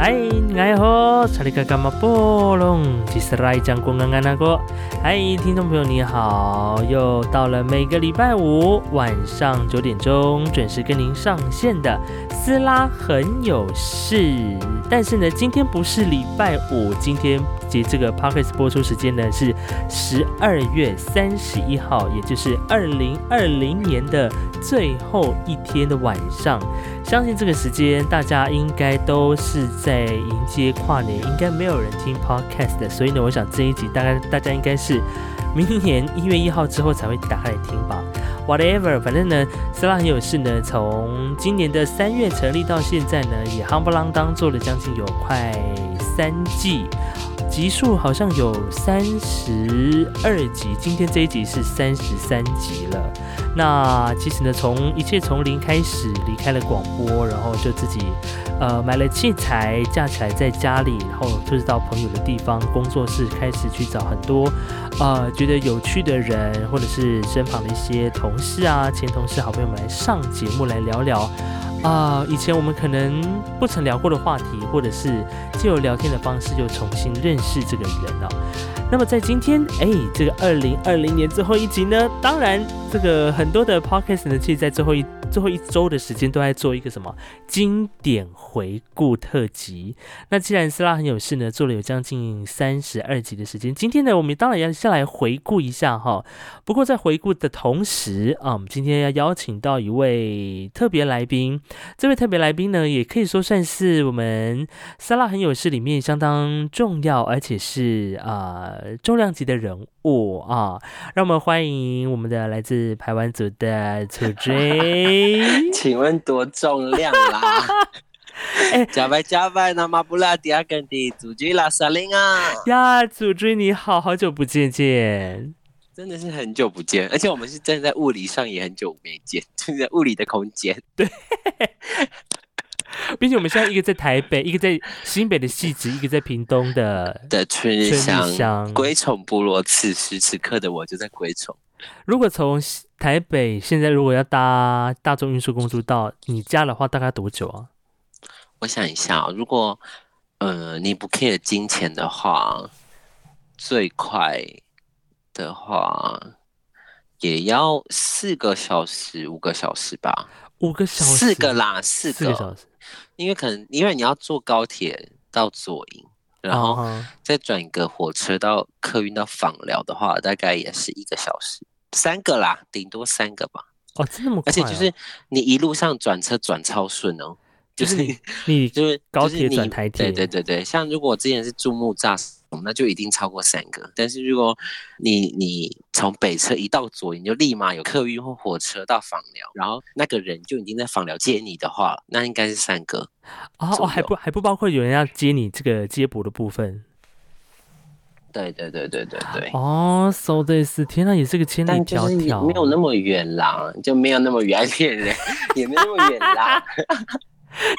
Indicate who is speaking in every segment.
Speaker 1: 嗨，你好，查理嘎嘎嘛波隆，这是来讲公安安那个。嗨，听众朋友你好，又到了每个礼拜五晚上九点钟准时跟您上线的斯拉很有事。但是呢，今天不是礼拜五，今天节这个 p o d c a s t 播出时间呢是十二月三十一号，也就是二零二零年的最后一天的晚上。相信这个时间大家应该都是在迎接跨年，应该没有人听 podcast 的，所以呢，我想这一集大概大家应该是明年一月一号之后才会打开来听吧。Whatever，反正呢，斯拉很有事呢，从今年的三月成立到现在呢，也夯不啷当做了将近有快三季。集数好像有三十二集，今天这一集是三十三集了。那其实呢，从一切从零开始，离开了广播，然后就自己呃买了器材架起来在家里，然后就是呃到朋友的地方工作室开始去找很多呃觉得有趣的人，或者是身旁的一些同事啊、前同事、好朋友们来上节目来聊聊。啊、以前我们可能不曾聊过的话题，或者是借由聊天的方式，又重新认识这个人哦。那么在今天，哎，这个二零二零年最后一集呢，当然，这个很多的 podcast 呢，其实在最后一最后一周的时间都在做一个什么经典回顾特辑。那既然斯拉很有事呢，做了有将近三十二集的时间，今天呢，我们当然要下来回顾一下哈、不过在回顾的同时啊，我们今天要邀请到一位特别来宾，这位特别来宾呢，也可以说算是我们撒拉很有事里面相当重要，而且是啊、呃重量级的人物啊。让我们欢迎我们的来自台湾组的楚追。
Speaker 2: 请问多重量啦？
Speaker 1: 哎
Speaker 2: 加白加白，那马布拉迪亚根迪祖吉拉萨林啊，
Speaker 1: 呀，祖追你好，好久不见见。
Speaker 2: 真的是很久不见，而且我们是真的在物理上也很久没见，就是在物理的空间。
Speaker 1: 毕竟我们现在一个在台北，一个在新北的戏子，一个在屏东的
Speaker 2: 的春日
Speaker 1: 春
Speaker 2: 香
Speaker 1: 日，乡。
Speaker 2: 鬼冢部落，此时此刻的我就在鬼冢。
Speaker 1: 如果从西台北现在如果要搭大众运输工具到你家的话，大概多久啊？
Speaker 2: 我想一下哦、如果呃你不 care 金钱的话，最快的话也要四个小时、五个小时吧，
Speaker 1: 五个小时，
Speaker 2: 四个，啦，四
Speaker 1: 四个小时，哦
Speaker 2: 因为可能因为你要坐高铁到左营，然后
Speaker 1: 啊哈
Speaker 2: 再转一个火车到客运到访寮的话，大概也是一个小时，三个啦，顶多三个吧。
Speaker 1: 哦，真那么快
Speaker 2: 而
Speaker 1: 啊、
Speaker 2: 且就是你一路上转车转超顺哦，就
Speaker 1: 就是
Speaker 2: 是
Speaker 1: 你你
Speaker 2: 就是
Speaker 1: 高
Speaker 2: 就是
Speaker 1: 铁
Speaker 2: 你
Speaker 1: 转台铁
Speaker 2: 对对对对，像如果我之前是注木栅，那就一定超过三个。但是如果你你从北车一到左营，你就立马有客运或火车到访寮，然后那个人就已经在访寮接你的话，那应该是三个。
Speaker 1: 哦哦
Speaker 2: 左右
Speaker 1: 还不还不包括有人要接你这个接驳的部分
Speaker 2: 对对对对对对。
Speaker 1: 哦，so this 天呐，也是个千里
Speaker 2: 但就
Speaker 1: 迢
Speaker 2: 是也
Speaker 1: 迢，
Speaker 2: 没有那么远啦，就没有那么远， 骗人，也没有那么远啦。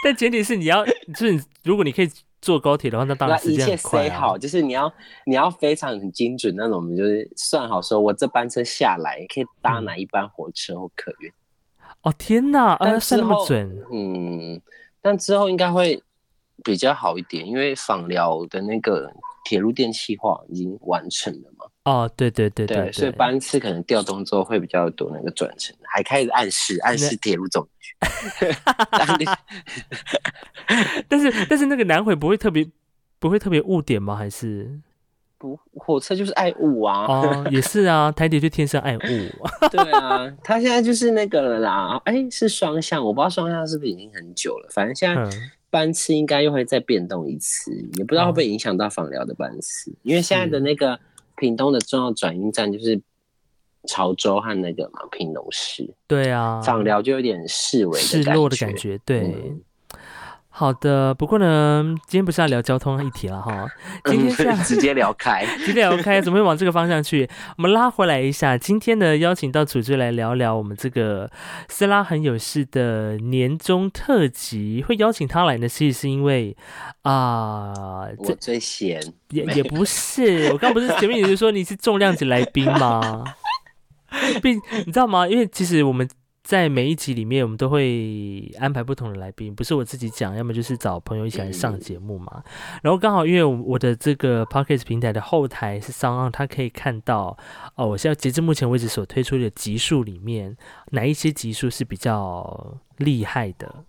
Speaker 1: 但前提是你要就是如果你可以坐高铁的话，那 当
Speaker 2: 那
Speaker 1: 然时
Speaker 2: 一
Speaker 1: 间
Speaker 2: 切
Speaker 1: 很快、
Speaker 2: 塞
Speaker 1: 啊、
Speaker 2: 好，就是你要你要非常很精准那种，我们就是算好说，我这班车下来可以
Speaker 1: 嗯
Speaker 2: 搭哪一班火车或客运。
Speaker 1: 哦天呐，呃，
Speaker 2: 但
Speaker 1: 算
Speaker 2: 之
Speaker 1: 那
Speaker 2: 后
Speaker 1: 么准，
Speaker 2: 嗯，但之后应该会比较好一点，因为访寮的那个铁路电气化已经完成了嘛，
Speaker 1: 哦，对对对对，
Speaker 2: 所以班次可能调动之后会比较多那个转乘，还开始暗示暗示铁路总局， 暗示
Speaker 1: 但是但是那个南回不会特别不会特别误点吗？还是
Speaker 2: 不火车就是爱误 啊，
Speaker 1: 哦，也是啊，台铁就天生爱 误
Speaker 2: 对啊，他现在就是那个了啦，哎、是双向，我不知道双向是不是已经很久了，反正现在
Speaker 1: 嗯哦
Speaker 2: 班次应该又会再变动一次，也不知道会不会影响到访寮的班次，因为现在的那个屏东的重要转运站就是潮州和那个嘛屏东市，
Speaker 1: 对啊，
Speaker 2: 访寮就有点示威
Speaker 1: 失
Speaker 2: 的感
Speaker 1: 落
Speaker 2: 觉，
Speaker 1: 的感觉，对。
Speaker 2: 嗯
Speaker 1: 好的，不过呢，今天不是要聊交通议题了哈，今 天是要
Speaker 2: 直接聊 开，
Speaker 1: 今天聊开，怎么会往这个方向去？我们拉回来一下，今天呢，邀请到楚志来聊聊我们这个斯拉很有事的年终特辑。会邀请他来呢，其实是因为啊、
Speaker 2: 我
Speaker 1: 这
Speaker 2: 最闲，
Speaker 1: 也也不是，我刚不是前面也是说你是重量级来宾吗？并你知道吗？因为其实我们在每一集里面，我们都会安排不同的来宾，不是我自己讲，要么就是找朋友一起来上节目嘛。然后刚好因为我的这个 Podcast 平台的后台是上岸，它可以看到哦，我现在截至目前为止所推出的集数里面，哪一些集数是比较厉害的。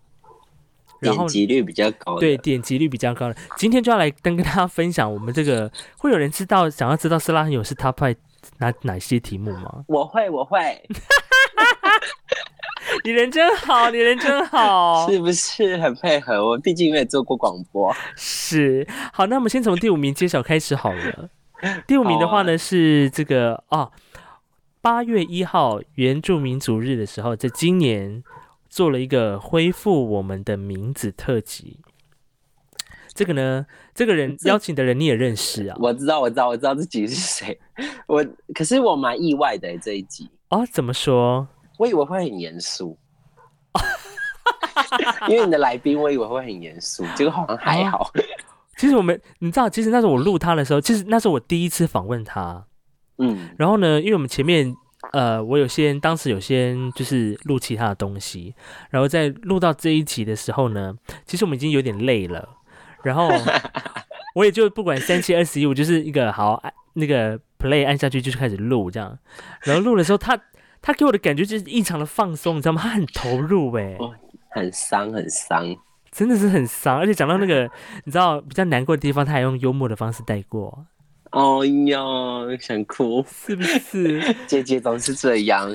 Speaker 1: 然后
Speaker 2: 点击率比较高的，
Speaker 1: 对，点击率比较高的。今天就要来跟跟大家分享我们这个，会有人知道想要知道斯拉很有是 Top Five 哪哪些题目吗？
Speaker 2: 我会我会，
Speaker 1: 你人真好，你人真好，
Speaker 2: 是不是很配合？我毕竟没有做过广播，
Speaker 1: 是好。那我们先从第五名揭晓开始好了。第五名的话呢、是这个哦，八月一号原住民族日的时候，在今年做了一个恢复我们的名字特辑。这个呢，这个人邀请的人你也认识啊？
Speaker 2: 我知道我知道我知道自己是谁，我可是我蛮意外的欸这一集，
Speaker 1: 哦，怎么说？
Speaker 2: 我以为会很严肃，因为你的来宾我以为会很严肃，结果好像还
Speaker 1: 哦
Speaker 2: 好，
Speaker 1: 其实我们，你知道，其实那时候我录他的时候，其实那是我第一次访问他。
Speaker 2: 嗯，
Speaker 1: 然后呢，因为我们前面，呃，我有些当时有些就是录其他的东西，然后在录到这一集的时候呢，其实我们已经有点累了。然后我也就不管三七二十一，我就是一个好按那个 play 按下去就是开始录这样。然后录的时候，他他给我的感觉就是异常的放松，你知道吗？他很投入哎、
Speaker 2: 哦很伤很伤，
Speaker 1: 真的是很伤。而且讲到那个你知道比较难过的地方，他还用幽默的方式带过。
Speaker 2: 哦哟，想哭，
Speaker 1: 是不是？
Speaker 2: 姐姐总是这样，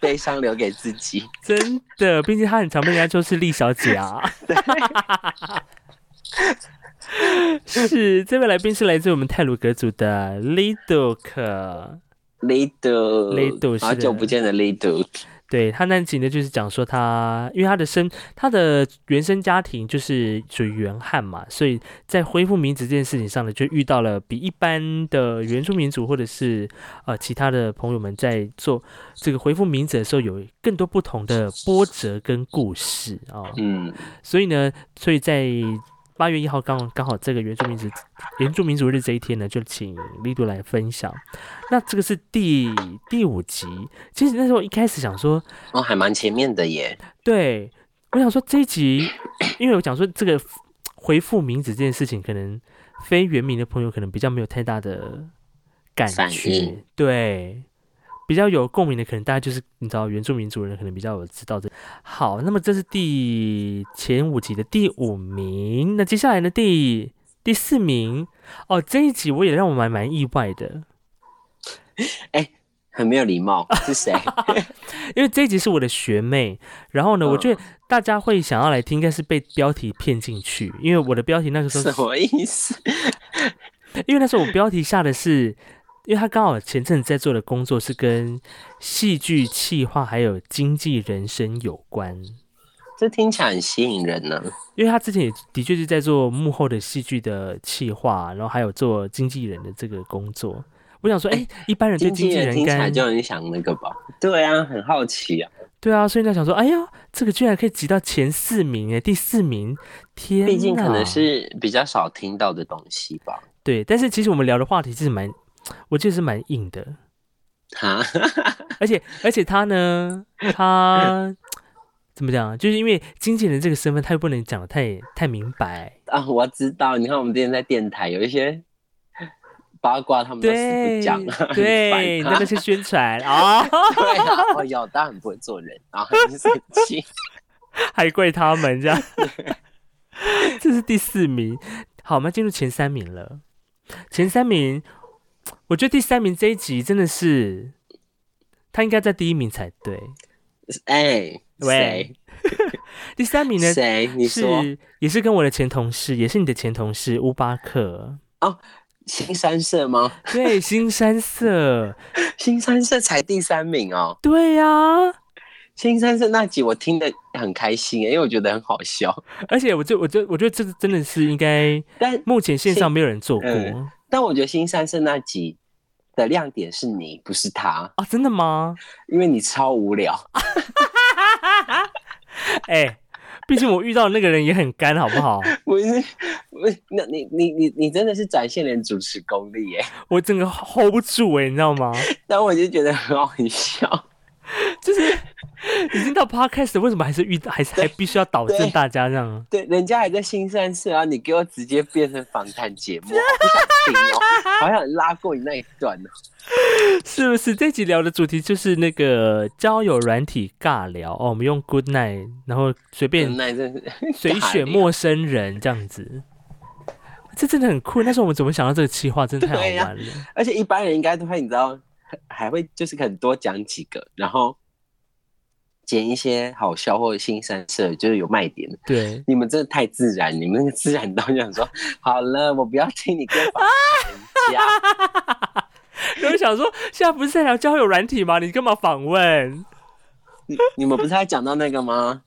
Speaker 2: 悲伤留给自己，
Speaker 1: 真的，毕竟她很常被人家说是丽小姐啊。是，这位来宾是来自我们泰鲁格族的 Liduk，
Speaker 2: 力度
Speaker 1: Lido，是的
Speaker 2: 好久不见的力度，
Speaker 1: 对他那集呢，就是讲说他，因为他的生他的原生家庭就是属于原汉嘛，所以在恢复名字这件事情上呢，就遇到了比一般的原住民族或者是呃其他的朋友们在做这个恢复名字的时候，有更多不同的波折跟故事啊。
Speaker 2: 嗯，
Speaker 1: 所以呢，所以在八月一号刚刚好这个原住民族原住民族日这一天呢，就请力度来分享。那这个是第第五集，其实那时候一开始想说，
Speaker 2: 哦，还蛮前面的耶，
Speaker 1: 对我想说这一集，因为我讲说这个回复名字这件事情，可能非原名的朋友可能比较没有太大的感
Speaker 2: 反
Speaker 1: 觉
Speaker 2: 应，
Speaker 1: 对。比较有共鸣的，可能大家就是你知道原住民族人可能比较有知道这。好，那么这是第前五集的第五名，那接下来呢第第四名哦，这一集我也让我蛮蛮意外的，
Speaker 2: 很没有礼貌，是谁？
Speaker 1: 因为这一集是我的学妹，然后呢，
Speaker 2: 嗯
Speaker 1: 我觉得大家会想要来听，应该是被标题骗进去，因为我的标题那个时
Speaker 2: 什
Speaker 1: 候，
Speaker 2: 么意思？
Speaker 1: 因为那时候我标题下的是，因为他刚好前阵子在做的工作是跟戏剧企划还有经纪人生有关，
Speaker 2: 这听起来很吸引人呢、
Speaker 1: 因为他之前也的确是在做幕后的戏剧的企划，然后还有做经纪人的这个工作。我想说，哎、一般人对
Speaker 2: 经
Speaker 1: 经
Speaker 2: 纪
Speaker 1: 纪
Speaker 2: 人
Speaker 1: 人应
Speaker 2: 听起
Speaker 1: 该
Speaker 2: 来就很想那个吧？对啊，很好奇啊。
Speaker 1: 对啊，所以在想说，哎呀，这个居然可以挤到前四名哎，第四名，天呐，
Speaker 2: 毕竟可能是比较少听到的东西吧。
Speaker 1: 对，但是其实我们聊的话题是蛮，我记得是蛮硬的，
Speaker 2: 哈，
Speaker 1: 而且而且他呢，他怎么讲啊，就是因为经纪人这个身份，他又不能讲的太太明白，
Speaker 2: 啊，我知道。你看我们之前在电台有一些八卦，他们都死
Speaker 1: 对
Speaker 2: 嗯不 讲啊，
Speaker 1: 对，
Speaker 2: 很
Speaker 1: 那
Speaker 2: 烦
Speaker 1: 那些宣传啊，
Speaker 2: 对啊，哦有，但很不会做人，然后很生气。
Speaker 1: 还怪他们这样， 这是第四名，好，我们要进入前三名了，前三名，我觉得第三名这一集真的是。他应该在第一名才对。
Speaker 2: 哎，谁
Speaker 1: 喂第三名呢？
Speaker 2: 谁？你说
Speaker 1: 是也是跟我的前同事，也是你的前同事乌巴克，
Speaker 2: 新三社吗？
Speaker 1: 对，新山色，
Speaker 2: 新三社才第三名哦。
Speaker 1: 对呀、
Speaker 2: 新三社那集我听得很开心，欸因为我觉得很好笑。
Speaker 1: 而且我就我就我觉得这个真的是应该
Speaker 2: 但
Speaker 1: 目前线上没有人做过、
Speaker 2: 嗯但我觉得新三社那集的亮点是你，不是他，
Speaker 1: 啊，真的吗？
Speaker 2: 因为你超无聊。
Speaker 1: 哎、毕竟我遇到的那个人也很干，好不好？
Speaker 2: 不是，不是，那你你你你真的是展现了主持功力耶！
Speaker 1: 欸我整个 hold 不住哎、你知道吗？
Speaker 2: 但我就觉得很好笑，
Speaker 1: 就是已经到 podcast，为什么还是遇到，还是还必须要导正
Speaker 2: 对
Speaker 1: 大家这样啊？
Speaker 2: 对，人家还在新三社啊，你给我直接变成访谈节目，我不想听哦，好想拉过你那一段哦。
Speaker 1: 是不是？这集聊的主题就是那个交友软体尬聊哦，我们用 Good Night，然后随便
Speaker 2: 那真是
Speaker 1: 随
Speaker 2: 尬
Speaker 1: 选
Speaker 2: 聊
Speaker 1: 陌生人这样子，这真的很酷。那时候我们怎么想到这个企划，真的太好
Speaker 2: 对呀
Speaker 1: 玩了。
Speaker 2: 而且一般人应该都会，你知道，还会就是很多讲几个，然后剪一些好笑或者新三色，就是有卖点。
Speaker 1: 对，
Speaker 2: 你们真的太自然，你们那个自然到就想说，好了，我不要听你跟访谈家。
Speaker 1: 啊然后想说，现在不是在聊交友软体吗？你干嘛访问？
Speaker 2: 你你们不是还讲到那个吗？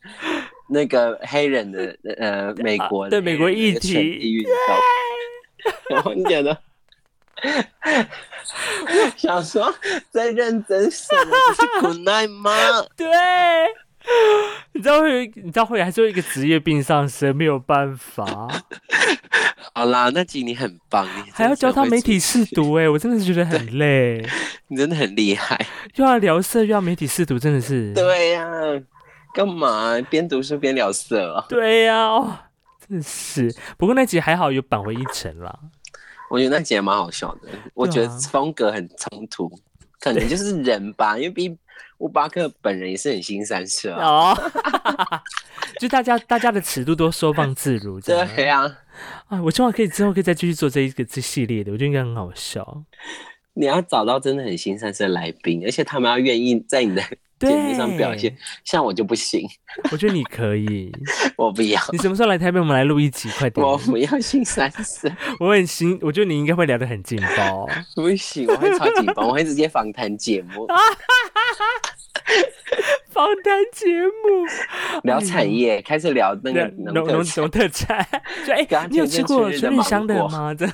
Speaker 2: 那个黑人的呃，美国
Speaker 1: 啊对
Speaker 2: 的黑
Speaker 1: 美
Speaker 2: 人
Speaker 1: 国
Speaker 2: 的
Speaker 1: 议
Speaker 2: 那个
Speaker 1: 题
Speaker 2: 全地运动，然 后你 讲的，想说在认真什么？不是 Good night 吗？
Speaker 1: 对， 你知道会有一，你知道会还是会有一个职业病上身，没有办法，
Speaker 2: 好啦，那集你很棒，你
Speaker 1: 还要教他媒体试
Speaker 2: 读，
Speaker 1: 读、欸，哎，我真的是觉得很累，
Speaker 2: 你真的很厉害。
Speaker 1: 又要聊色，又要媒体试读，真的是，
Speaker 2: 对呀、干嘛边读书边聊色、哦？
Speaker 1: 对呀、哦，真的是。不过那集还好有扳回一城啦，
Speaker 2: 我觉得那集也蛮好笑的，我
Speaker 1: 啊
Speaker 2: 觉得风格很冲突，可能就是人吧，因为毕乌巴克本人也是很新三 色啊。
Speaker 1: 哦， 就大家大家的尺度都收放自如，这样。
Speaker 2: 对呀、
Speaker 1: 啊，我希望可以之后可以再继续做这一个这系列的，我觉得应该很好笑。
Speaker 2: 你要找到真的很新三色的来宾，而且他们要愿意在你的节目上表现，像我就不行，
Speaker 1: 我觉得你可 以。
Speaker 2: 我不要，
Speaker 1: 你什么时候来台北？我们来录一集，快点！
Speaker 2: 我
Speaker 1: 我
Speaker 2: 不要新三色，
Speaker 1: 很新，我觉得你应该会聊得很劲爆。
Speaker 2: 不行，我会超级棒，我会直接访谈节目，
Speaker 1: 啊访谈节目，
Speaker 2: 聊产业，开始聊那个
Speaker 1: 农
Speaker 2: 农
Speaker 1: 农
Speaker 2: 特
Speaker 1: 农
Speaker 2: 产
Speaker 1: 农特产，就哎、
Speaker 2: 刚刚
Speaker 1: 你有
Speaker 2: 前
Speaker 1: 吃
Speaker 2: 阵
Speaker 1: 过
Speaker 2: 吃的
Speaker 1: 春日
Speaker 2: 芒
Speaker 1: 香的
Speaker 2: 果
Speaker 1: 吗？这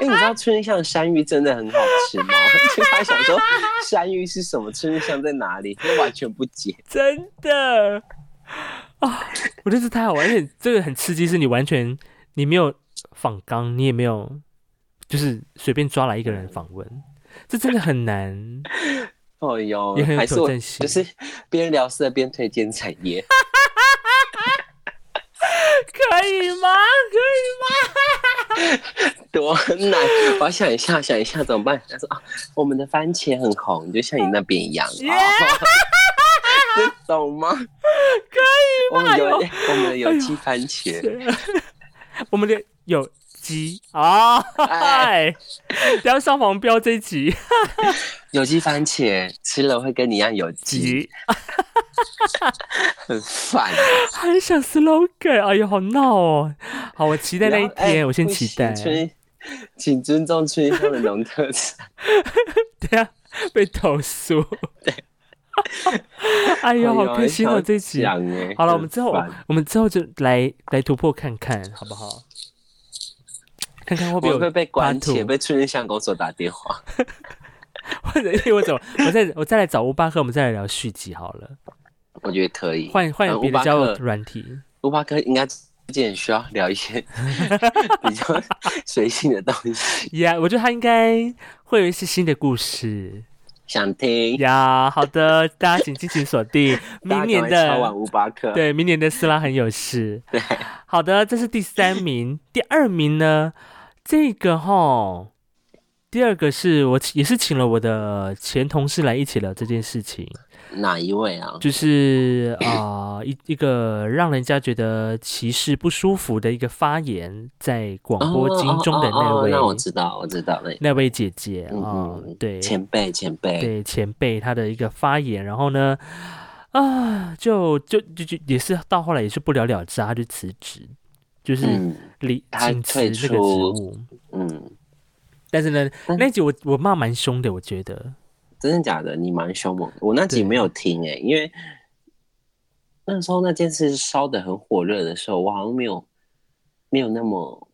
Speaker 2: 哎、你知道春日香的山芋真的很好吃吗？我就他想说山芋是什么，春日香在哪里？我完全不解。
Speaker 1: 真的啊，我觉得这太好玩，而且这个很刺激，是你完全你没有访纲，你也没有就是随便抓来一个人访问，这真的很难。
Speaker 2: 哦哟
Speaker 1: 也很，有
Speaker 2: 还是
Speaker 1: 挑
Speaker 2: 我
Speaker 1: 战性
Speaker 2: 就是边聊色边推荐产 业，
Speaker 1: 可以吗？可
Speaker 2: 多难！ 我要想一下，想一下怎么办？他说啊，我们的番茄很红，就像你那边一 样。
Speaker 1: 耶
Speaker 2: 哦 你懂吗？我们有
Speaker 1: 哎
Speaker 2: 我们的有机番茄，
Speaker 1: 以吗？ 我们的有机啊，嗨、
Speaker 2: 哎
Speaker 1: 不要上黄标这一集
Speaker 2: 有机番茄吃了会跟你一样有机，
Speaker 1: 集，
Speaker 2: 很烦。
Speaker 1: 很想 slogan，哎呦，好闹哦！好，我期待那一
Speaker 2: 然后哎
Speaker 1: 天，我先
Speaker 2: 不
Speaker 1: 期
Speaker 2: 行
Speaker 1: 待。
Speaker 2: 春请尊重春香的农特产。
Speaker 1: 对啊，被投诉。 哎呦，好开心哦！这一集。
Speaker 2: 讲哎，
Speaker 1: 好了，我们之后
Speaker 2: 很烦
Speaker 1: 我们之后就来来突破看看，好不好？看看会不会
Speaker 2: 我
Speaker 1: 有
Speaker 2: 会被关
Speaker 1: part two
Speaker 2: 起，被春日香公所打电话。
Speaker 1: 或者因为我走，我再我再来找乌巴克，我们再来聊续集好了。
Speaker 2: 我觉得可以
Speaker 1: 换换
Speaker 2: 嗯
Speaker 1: 别
Speaker 2: 乌
Speaker 1: 的
Speaker 2: 巴
Speaker 1: 交友
Speaker 2: 克，
Speaker 1: 软体，
Speaker 2: 乌巴克应该最近需要聊 一些比较随性的东西，
Speaker 1: 呀我觉得他应该会有一些新的故事
Speaker 2: 想听。
Speaker 1: 呀。好的，大家请敬请锁定明年
Speaker 2: 大家赶快敲完
Speaker 1: 的
Speaker 2: 乌巴 克，
Speaker 1: 对明年的斯拉很有事。
Speaker 2: 对，
Speaker 1: 好的，这是第三 名，第二名呢？这个哈，第二个是我请也是请了我的前同事来一起聊这件事情，
Speaker 2: 哪一位啊？
Speaker 1: 就是啊、一一个让人家觉得歧视不舒服的一个发言，在广播金钟的那
Speaker 2: 哦哦哦哦
Speaker 1: 位、
Speaker 2: 那我知道，我知道了。
Speaker 1: 那位姐姐啊、
Speaker 2: 嗯嗯，
Speaker 1: 对，
Speaker 2: 前辈前辈，
Speaker 1: 对前辈他的一个发言，然后呢，啊，就就就就也是到后来也是不了了之，啊，他就辞职，就是
Speaker 2: 嗯
Speaker 1: 离
Speaker 2: 他
Speaker 1: 请辞那
Speaker 2: 退
Speaker 1: 个职
Speaker 2: 出
Speaker 1: 务。
Speaker 2: 嗯，
Speaker 1: 但是呢，
Speaker 2: 但
Speaker 1: 那一集我我骂蛮凶的，我觉得
Speaker 2: 真的假的？你蛮凶猛的，我那集
Speaker 1: 对
Speaker 2: 没有听诶、因为那时候那件事烧的很火热的时候，我好像没有没有那么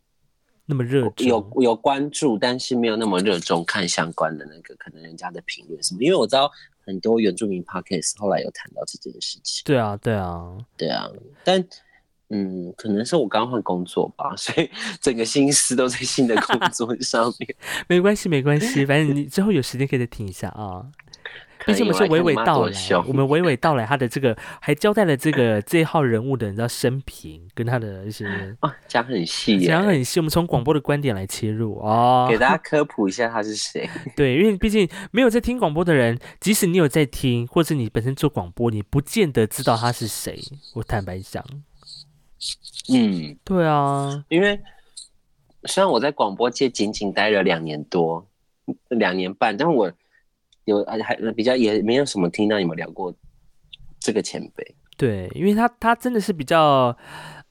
Speaker 1: 那么热衷，
Speaker 2: 有有关注，但是没有那么热衷看相关的那个可能人家的评论什么，因为我知道很多原住民 podcast 后来有谈到这件事情，
Speaker 1: 对啊对啊，
Speaker 2: 对啊，但嗯，可能是我刚换工作吧，所以整个心思都在新的工作上面。
Speaker 1: 没关系没关系，反正你之后有时间可以再听一下啊。
Speaker 2: 嗯
Speaker 1: 毕
Speaker 2: 可以
Speaker 1: 竟我们是娓娓道
Speaker 2: 我来看你妈多
Speaker 1: 来，啊
Speaker 2: 凶
Speaker 1: 我们娓娓道来他的这个， 还交代了这个这一号人物的你知道生平跟他的一 些
Speaker 2: 啊，讲很细耶，
Speaker 1: 讲很细。我们从广播的观点来切入哦
Speaker 2: 给，大家科普一下他是谁。
Speaker 1: 对，因为毕竟没有在听广播的人，即使你有在听，或者你本身做广播，你不见得知道他是谁。我坦白讲，
Speaker 2: 嗯，
Speaker 1: 对啊，
Speaker 2: 因为虽然我在广播界仅仅待了两年多，两年半，但我有呃还比较也没有什么听到你们聊过这个前辈。
Speaker 1: 对，因为他他真的是比较。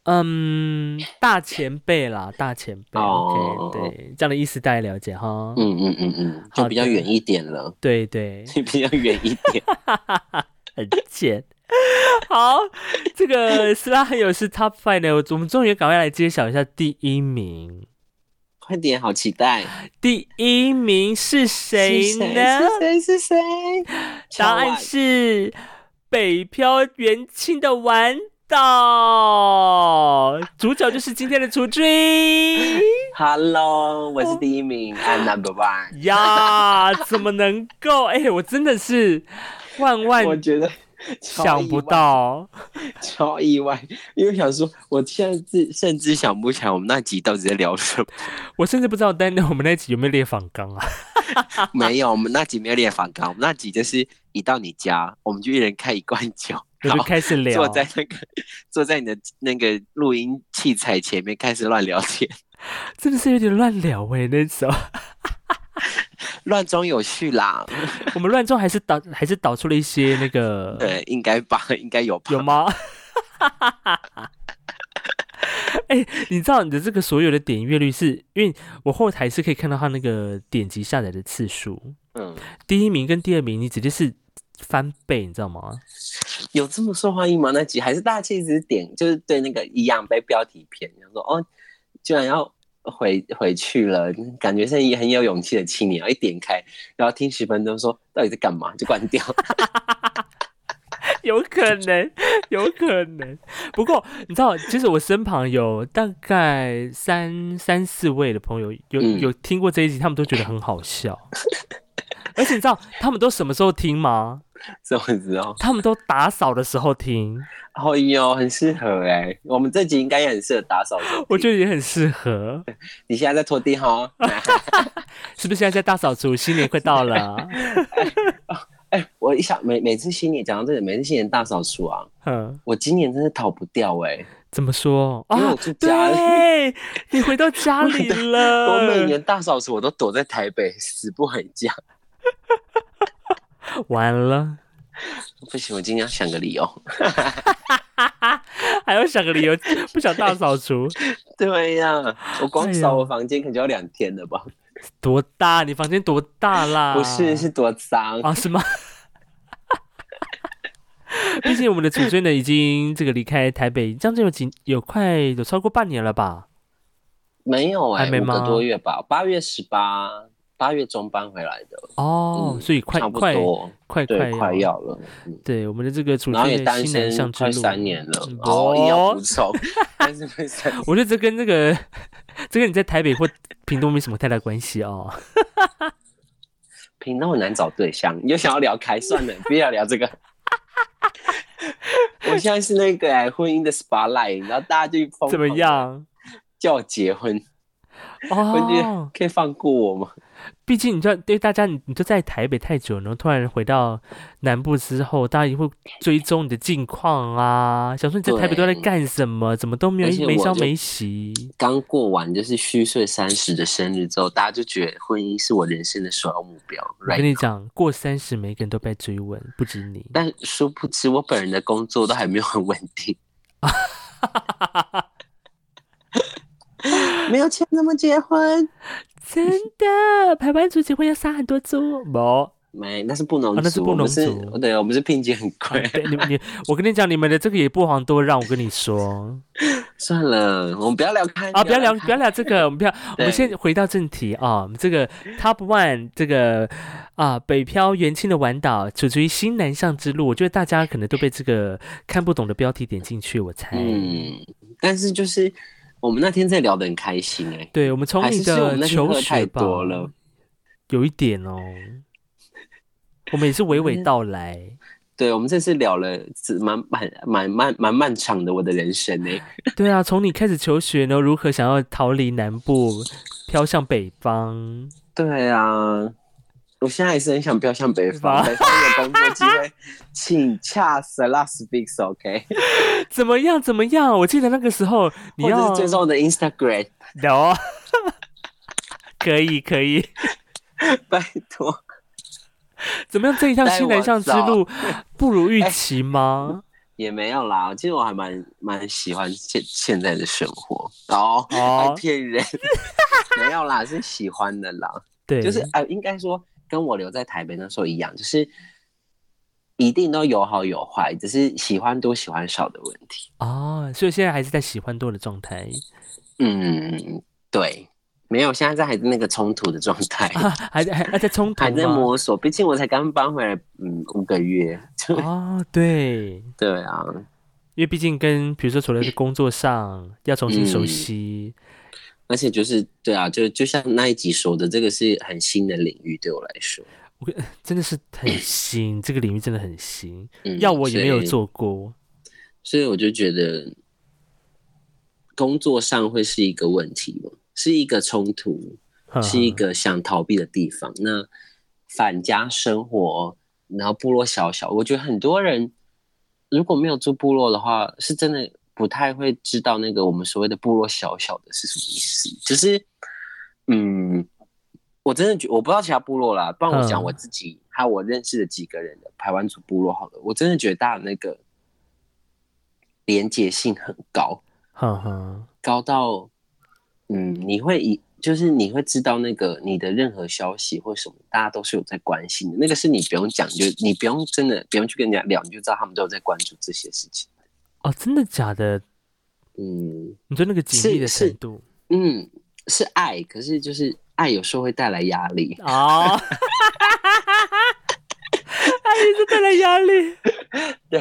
Speaker 1: 嗯，大前辈啦，大前辈、
Speaker 2: 哦
Speaker 1: o k 对，这样的意思大家了解哈。
Speaker 2: 嗯嗯嗯嗯，
Speaker 1: 好
Speaker 2: 就
Speaker 1: 的
Speaker 2: 比较远一点了，
Speaker 1: 对 对，
Speaker 2: 就比较远一点。
Speaker 1: 很贱。好，这个斯拉很有是 Top Five 呢，我们终于赶快来揭晓一下第一名。
Speaker 2: 快点，好期待！
Speaker 1: 第一名是谁
Speaker 2: 是
Speaker 1: 呢？
Speaker 2: 谁？是谁？是谁？
Speaker 1: 答案是北漂元庆的丸岛，主角就是今天的 雏菊
Speaker 2: Hello，我是第一名，I'm number one。
Speaker 1: 呀！怎么能够？哎、我真的是万 万
Speaker 2: 我觉得超
Speaker 1: 想不
Speaker 2: 意外
Speaker 1: 到。
Speaker 2: 超意外，因为想说，我现在自甚至想不起来我们那集到底在聊什么。
Speaker 1: 我甚至不知道丹丹我们那一集有没有列访纲 啊？
Speaker 2: 没有，我们那集没有练反纲，我们那集就是一到你家，我们就一人开一罐 酒，
Speaker 1: 我
Speaker 2: 然
Speaker 1: 就
Speaker 2: 后
Speaker 1: 开始聊
Speaker 2: 坐，在那个坐在你的那个录音器材前面开始乱聊天，
Speaker 1: 真的是有点乱聊哎、那时候
Speaker 2: 乱中有序啦。
Speaker 1: 我们乱中还是导还是导出了一些那个
Speaker 2: 对，呃应该吧，应该有吧。
Speaker 1: 有吗？哎、你知道你的这个所有的点阅率是，因为我后台是可以看到它那个点击下载的次数，
Speaker 2: 嗯，
Speaker 1: 第一名跟第二名你直接是翻倍，你知道吗？
Speaker 2: 有这么受欢迎吗？那集还是大家其实点就是对那个一样被标题骗，想说哦，居然要回回去了，感觉是一个很有勇气的青年，然后一点开，然后听十分钟说到底在干嘛，就关掉。
Speaker 1: 有可能，有可能。不过你知道，其实我身旁有大概三三四位的朋友有
Speaker 2: 嗯
Speaker 1: 有听过这一集，他们都觉得很好笑。 而且你知道他们都什么时候听吗？
Speaker 2: 这样子哦，
Speaker 1: 他们都打扫的时候听，
Speaker 2: 哦哟，很适合哎、我们这集应该也很适合打扫。
Speaker 1: 我觉得也很适合。
Speaker 2: 你现在在拖地哈？
Speaker 1: 是不是现在在大扫除？新年快到了，
Speaker 2: 哎、我一想每每次新年讲到这里，每次新年大扫除啊，
Speaker 1: 嗯，
Speaker 2: 我今年真的逃不掉哎、
Speaker 1: 怎么说
Speaker 2: 因为
Speaker 1: 啊
Speaker 2: 我？住家里。
Speaker 1: 对，你回到家里了。
Speaker 2: 我每年大扫除，我都躲在台北，死不回家。
Speaker 1: 完了，
Speaker 2: 不行，我今天要想个理由。
Speaker 1: 还要想个理 由，不想大扫除。
Speaker 2: 对呀、我光
Speaker 1: 哎
Speaker 2: 扫
Speaker 1: 呦
Speaker 2: 我房间可能就要两天了吧？
Speaker 1: 多大？你房间多大啦？
Speaker 2: 不是，是多脏。
Speaker 1: 啊，是吗？ 毕竟我们的祖孙呢，已经这个离开台北，将近有几有快有超过半年了吧？
Speaker 2: 没有哎、
Speaker 1: 还没
Speaker 2: 五
Speaker 1: 吗
Speaker 2: 个多月吧，八月十八，八月中搬回来的，
Speaker 1: 哦，
Speaker 2: 嗯
Speaker 1: 所以快
Speaker 2: 差不
Speaker 1: 快
Speaker 2: 多，
Speaker 1: 快
Speaker 2: 对，快
Speaker 1: 快要
Speaker 2: 要了。嗯
Speaker 1: 对我们的这个祖
Speaker 2: 然后
Speaker 1: 孙
Speaker 2: 也
Speaker 1: 的
Speaker 2: 单
Speaker 1: 新南
Speaker 2: 身
Speaker 1: 向之
Speaker 2: 快
Speaker 1: 路
Speaker 2: 三年了，
Speaker 1: 嗯
Speaker 2: 然后也要
Speaker 1: 哦
Speaker 2: 补充， 单身快三年，
Speaker 1: 我觉得这跟那个这跟你在台北或屏东没什么太大关系 哦。
Speaker 2: 平常很难找对象，你就想要聊开算了，不要聊这个。 我现在是那个、哎婚姻的 spotlight，然后大家就疯狂
Speaker 1: 怎么样？
Speaker 2: 叫我结婚，我觉得
Speaker 1: 哦，
Speaker 2: 可以放过我吗？
Speaker 1: 毕竟你知道，对大家，你你就在台北太久，然后突然回到南部之后，大家也会追踪你的近况啊，想说你在台北都在
Speaker 2: 对
Speaker 1: 干什么，怎么都没有
Speaker 2: 而且
Speaker 1: 没
Speaker 2: 我
Speaker 1: 消
Speaker 2: 就
Speaker 1: 没息。
Speaker 2: 刚过完就是虚岁三十的生日之后，大家就觉得婚姻是我人生的首要目标。
Speaker 1: 我跟
Speaker 2: Right？
Speaker 1: 你讲，过三十每个人都被追问，不止 你。
Speaker 2: 但殊不知，我本人的工作都还没有很稳 定。没有钱怎么结婚？
Speaker 1: 真的，台湾族结婚要杀很多猪。没，
Speaker 2: 没，那是不能
Speaker 1: 啊那是
Speaker 2: 族，
Speaker 1: 不
Speaker 2: 我们
Speaker 1: 能
Speaker 2: 是
Speaker 1: 族哦
Speaker 2: 对，我们是聘金很贵。
Speaker 1: 对你你，我跟你讲，你们的这个也不遑多让。我跟你 说
Speaker 2: 算了，我们不要聊开
Speaker 1: 啊，不要聊，
Speaker 2: 开
Speaker 1: 不要聊这 个，我们不要，我
Speaker 2: 对
Speaker 1: 们先回到正题啊。我们这个 Top One 这个啊，北漂元庆的玩岛，处于新南向之路。我觉得大家可能都被这个看不懂的标题点进去，我猜。
Speaker 2: 嗯，但是就是我们那天在聊得很开心哎、
Speaker 1: 对，我们从
Speaker 2: 还
Speaker 1: 你
Speaker 2: 是是我
Speaker 1: 的
Speaker 2: 们那天
Speaker 1: 求
Speaker 2: 喝太
Speaker 1: 学吧，
Speaker 2: 多了。
Speaker 1: 有一点哦。我们也是娓娓道来。
Speaker 2: 对，我们这次聊了只蛮蛮蛮蛮蛮漫长的我的人生欸呢、
Speaker 1: 对啊，从你开始求学呢，如何想要逃离南部，飘向北方？
Speaker 2: 对啊，我现在还是很想飘向北方，北方有工作机会， 请恰 s l a s p e a k s OK，
Speaker 1: 怎么样？怎么样？我记得那个时候你
Speaker 2: 或者
Speaker 1: 要
Speaker 2: 是追踪我的 Instagram，
Speaker 1: 聊哦， 可以可以。
Speaker 2: 拜托。
Speaker 1: 怎么样？这一趟新南向之路不如
Speaker 2: 哎
Speaker 1: 预期吗？
Speaker 2: 也没有啦，其实我还蛮蛮喜欢现现在的生活哦，
Speaker 1: 哦
Speaker 2: 还骗人， 没有啦，是喜欢的啦。
Speaker 1: 对，
Speaker 2: 就是呃，应该说跟我留在台北那时候一样，就是一定都有好有坏，只是喜欢多喜欢少的问题。
Speaker 1: 哦，所以现在还是在喜欢多的状态
Speaker 2: 嗯，对，没有，现在在还在那个冲突的状态，
Speaker 1: 啊，还还还在冲突
Speaker 2: 还在
Speaker 1: 吗？
Speaker 2: 摸索。毕竟我才刚搬回来，嗯，五个月。 就
Speaker 1: 哦，对，
Speaker 2: 对啊，
Speaker 1: 因为毕竟跟比如说除了是工作上要重新熟
Speaker 2: 嗯
Speaker 1: 悉，
Speaker 2: 而且就是对啊，就就像那一集说的，这个是很新的领域对我来说。
Speaker 1: 真的是很新，这个领域真的很新，
Speaker 2: 嗯，
Speaker 1: 要我也没有
Speaker 2: 所以
Speaker 1: 做过。
Speaker 2: 所以我就觉得工作上会是一个问题吧，是一个冲突，
Speaker 1: 呵呵
Speaker 2: 是一个想逃避的地方。那返家生活，然后部落小小，我觉得很多人如果没有住部落的话，是真的不太会知道那个我们所谓的部落小小的是什么意思。就是，嗯，我真的觉我不知道其他部落啦，不然我讲
Speaker 1: 嗯
Speaker 2: 我自己、还有我认识的几个人的台湾族部落好了，我真的觉得大家那个连结性很高。
Speaker 1: 呵呵，
Speaker 2: 高到，嗯，你会以就是你会知道那个你的任何消息或什么，大家都是有在关心的。那个是你不用讲，就你不用真的不用去跟人家聊，你就知道他们都有在关注这些事情。
Speaker 1: 哦，真的假的？
Speaker 2: 嗯
Speaker 1: 你说那个紧密的
Speaker 2: 是是
Speaker 1: 程度
Speaker 2: 嗯，是爱，可是就是爱有时候会带来压力。
Speaker 1: 哦，哎，这哎带来压 力
Speaker 2: 对，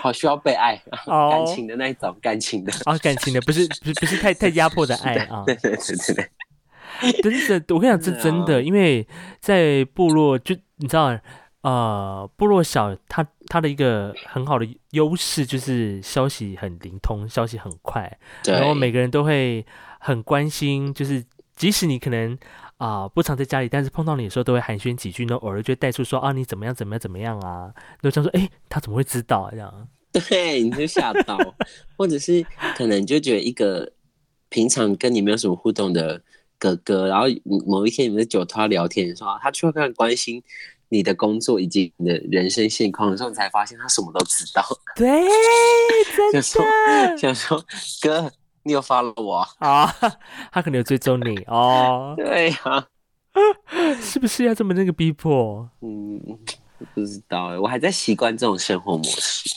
Speaker 2: 好需要被爱，
Speaker 1: 哦，
Speaker 2: 感情的那一种，感情的。
Speaker 1: 啊，感情的不是不是不是太太压迫的爱啊，
Speaker 2: 对对对对对，
Speaker 1: 真的，我跟你讲，这
Speaker 2: 是啊
Speaker 1: 真的，因为在部落就你知道，呃，部落小，它它的一个很好的优势就是消息很灵通，消息很快，
Speaker 2: 对
Speaker 1: 然后每个人都会很关心，就是即使你可能啊、不常在家里，但是碰到你的时候都会寒暄几句，然后偶尔就会带出说啊你怎么样怎么样怎么样啊，然后这样说，哎，他怎么会知道啊这样？
Speaker 2: 对，你就吓到，或者是可能你就觉得一个平常跟你没有什么互动的哥哥，然后某一天你们在酒托聊天的时候，他却很关心你的工作以及你的人生现况的时候，你才发现他什么都知道。
Speaker 1: 对，真
Speaker 2: 想说
Speaker 1: 的，
Speaker 2: 想说，哥，你有 follow 我？
Speaker 1: 啊， 他可能有追踪你哦，
Speaker 2: 对啊呀、
Speaker 1: 是不是要这么那个逼迫？
Speaker 2: 嗯，不知道哎，我还在习惯这种生活模式。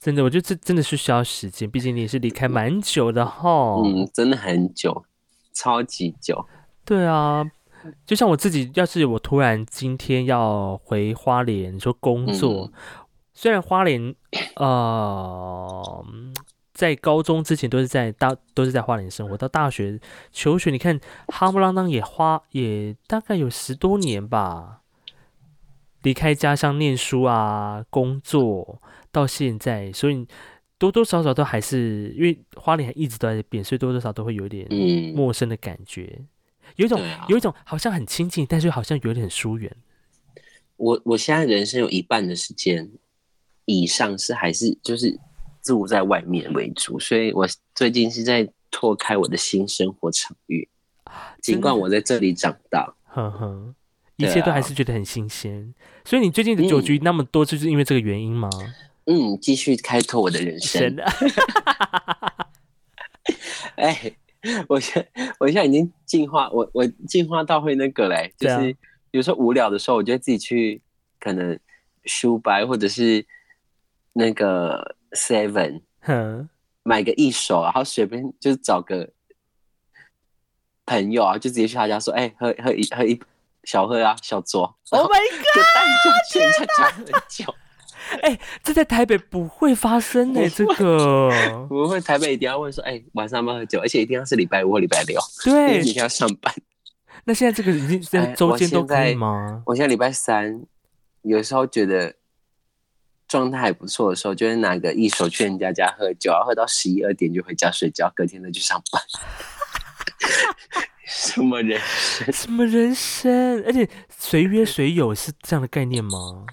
Speaker 1: 真的，我觉得这真的是需要时间，毕竟你也是离开蛮久的哈。
Speaker 2: 嗯，真的很久，超级久。
Speaker 1: 对啊，就像我自己，要是我突然今天要回花莲，你说工作，虽然花莲呃，在高中之前都是在大都是在花莲生活，到大学求学，你看哈不啷当也花也大概有十多年吧，离开家乡念书啊，工作到现在，所以多多少少都还是因为花莲还一直都在变，所以多多少少都会有一点
Speaker 2: 嗯，
Speaker 1: 陌生的感觉，有一种、
Speaker 2: 对啊
Speaker 1: 有一种好像很亲近，但是又好像有点疏远。
Speaker 2: 我我现在人生有一半的时间以上是还是就是住在外面为主，所以我最近是在拓开我的新生活场域。
Speaker 1: 啊
Speaker 2: 尽管我在这里长大，
Speaker 1: 呵呵，一
Speaker 2: 对
Speaker 1: 切都还
Speaker 2: 啊
Speaker 1: 是觉得很新鲜。所以你最近的酒局那么多，就是因为这个原因吗？啊
Speaker 2: 嗯，继续开拓我的人
Speaker 1: 真
Speaker 2: 生。
Speaker 1: 的，
Speaker 2: 哎、我现我现在已经进化，我我进化到会那个嘞，就
Speaker 1: 对啊
Speaker 2: 是比如说无聊的时候，我就会自己去可能书白或者是那个 Seven
Speaker 1: 哼，
Speaker 2: 买个一手，然后随便就是找个朋友啊，就直接去他家说，哎、喝喝一喝一小喝啊，小酌。然
Speaker 1: Oh
Speaker 2: 后
Speaker 1: my god！
Speaker 2: 就带酒去人家家喝酒，
Speaker 1: 这在台北不会发生呢、这 个
Speaker 2: 我们会台北一定要问说，哎、晚上要不要喝酒？而且一定要是礼拜五或礼拜六，因为
Speaker 1: 对
Speaker 2: 明。天要上班。
Speaker 1: 那现在这个已经在
Speaker 2: 哎
Speaker 1: 周
Speaker 2: 我
Speaker 1: 间都
Speaker 2: 现
Speaker 1: 可以
Speaker 2: 在
Speaker 1: 吗？
Speaker 2: 我现在礼拜三有时候觉得状态还不错的时候，就会拿个一手去人家家喝酒，然后喝到十一二点就回家睡觉，隔天再去上 班。什么人 生？
Speaker 1: 什么人生？而且随约随有是这样的概念吗？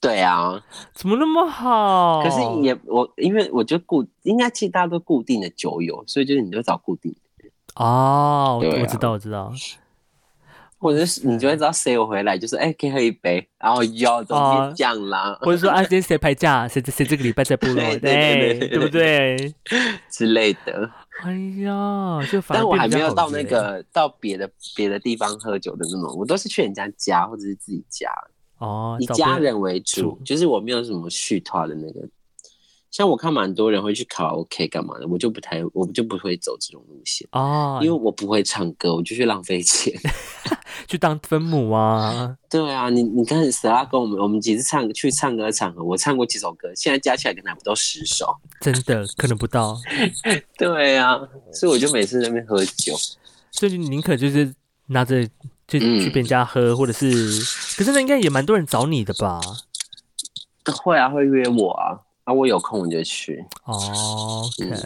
Speaker 2: 对啊，
Speaker 1: 怎么那么好？
Speaker 2: 可是也我因为我就固应该其实大家都固定的酒友，所以就是你就找固定的，
Speaker 1: 哦，
Speaker 2: 对啊
Speaker 1: 我知道，我知道。
Speaker 2: 或者是你就会知道谁有回来，就是哎、可以喝一杯，然后哟怎么
Speaker 1: 哦
Speaker 2: 变这样 啦、
Speaker 1: 或者说啊，今天谁排假，谁谁这个礼拜在部落， 哎
Speaker 2: 对对对对
Speaker 1: 对不对？
Speaker 2: 之类的。
Speaker 1: 哎呀，就反而
Speaker 2: 但我
Speaker 1: 变
Speaker 2: 还
Speaker 1: 比较
Speaker 2: 没有
Speaker 1: 好
Speaker 2: 到那
Speaker 1: 约
Speaker 2: 个到别的别的地方喝酒的那种，我都是去人家家或者是自己家，
Speaker 1: 哦，
Speaker 2: 以
Speaker 1: 找
Speaker 2: 家
Speaker 1: 朋友
Speaker 2: 人为主
Speaker 1: 主，
Speaker 2: 就是我没有什么续团的那个。像我看蛮多人会去卡拉 OK 干嘛的，我就不太，我就不会走这种路线，
Speaker 1: 哦，
Speaker 2: 因为我不会唱歌，我就去浪费钱。
Speaker 1: 去当分母啊，
Speaker 2: 对啊，你你看 s 拉跟我们我们几次唱去唱歌场合，我唱过几首歌，现在加起来可能还不到十首。
Speaker 1: 真 的可能不到，
Speaker 2: 对啊，所以我就每次在那边喝酒。
Speaker 1: 所以你宁可就是拿着就
Speaker 2: 嗯
Speaker 1: 去别人家喝，或者是， 可是那应该也蛮多人找你的吧？
Speaker 2: 会啊，会约我啊，啊我有空我就去。
Speaker 1: 哦，OK，
Speaker 2: 嗯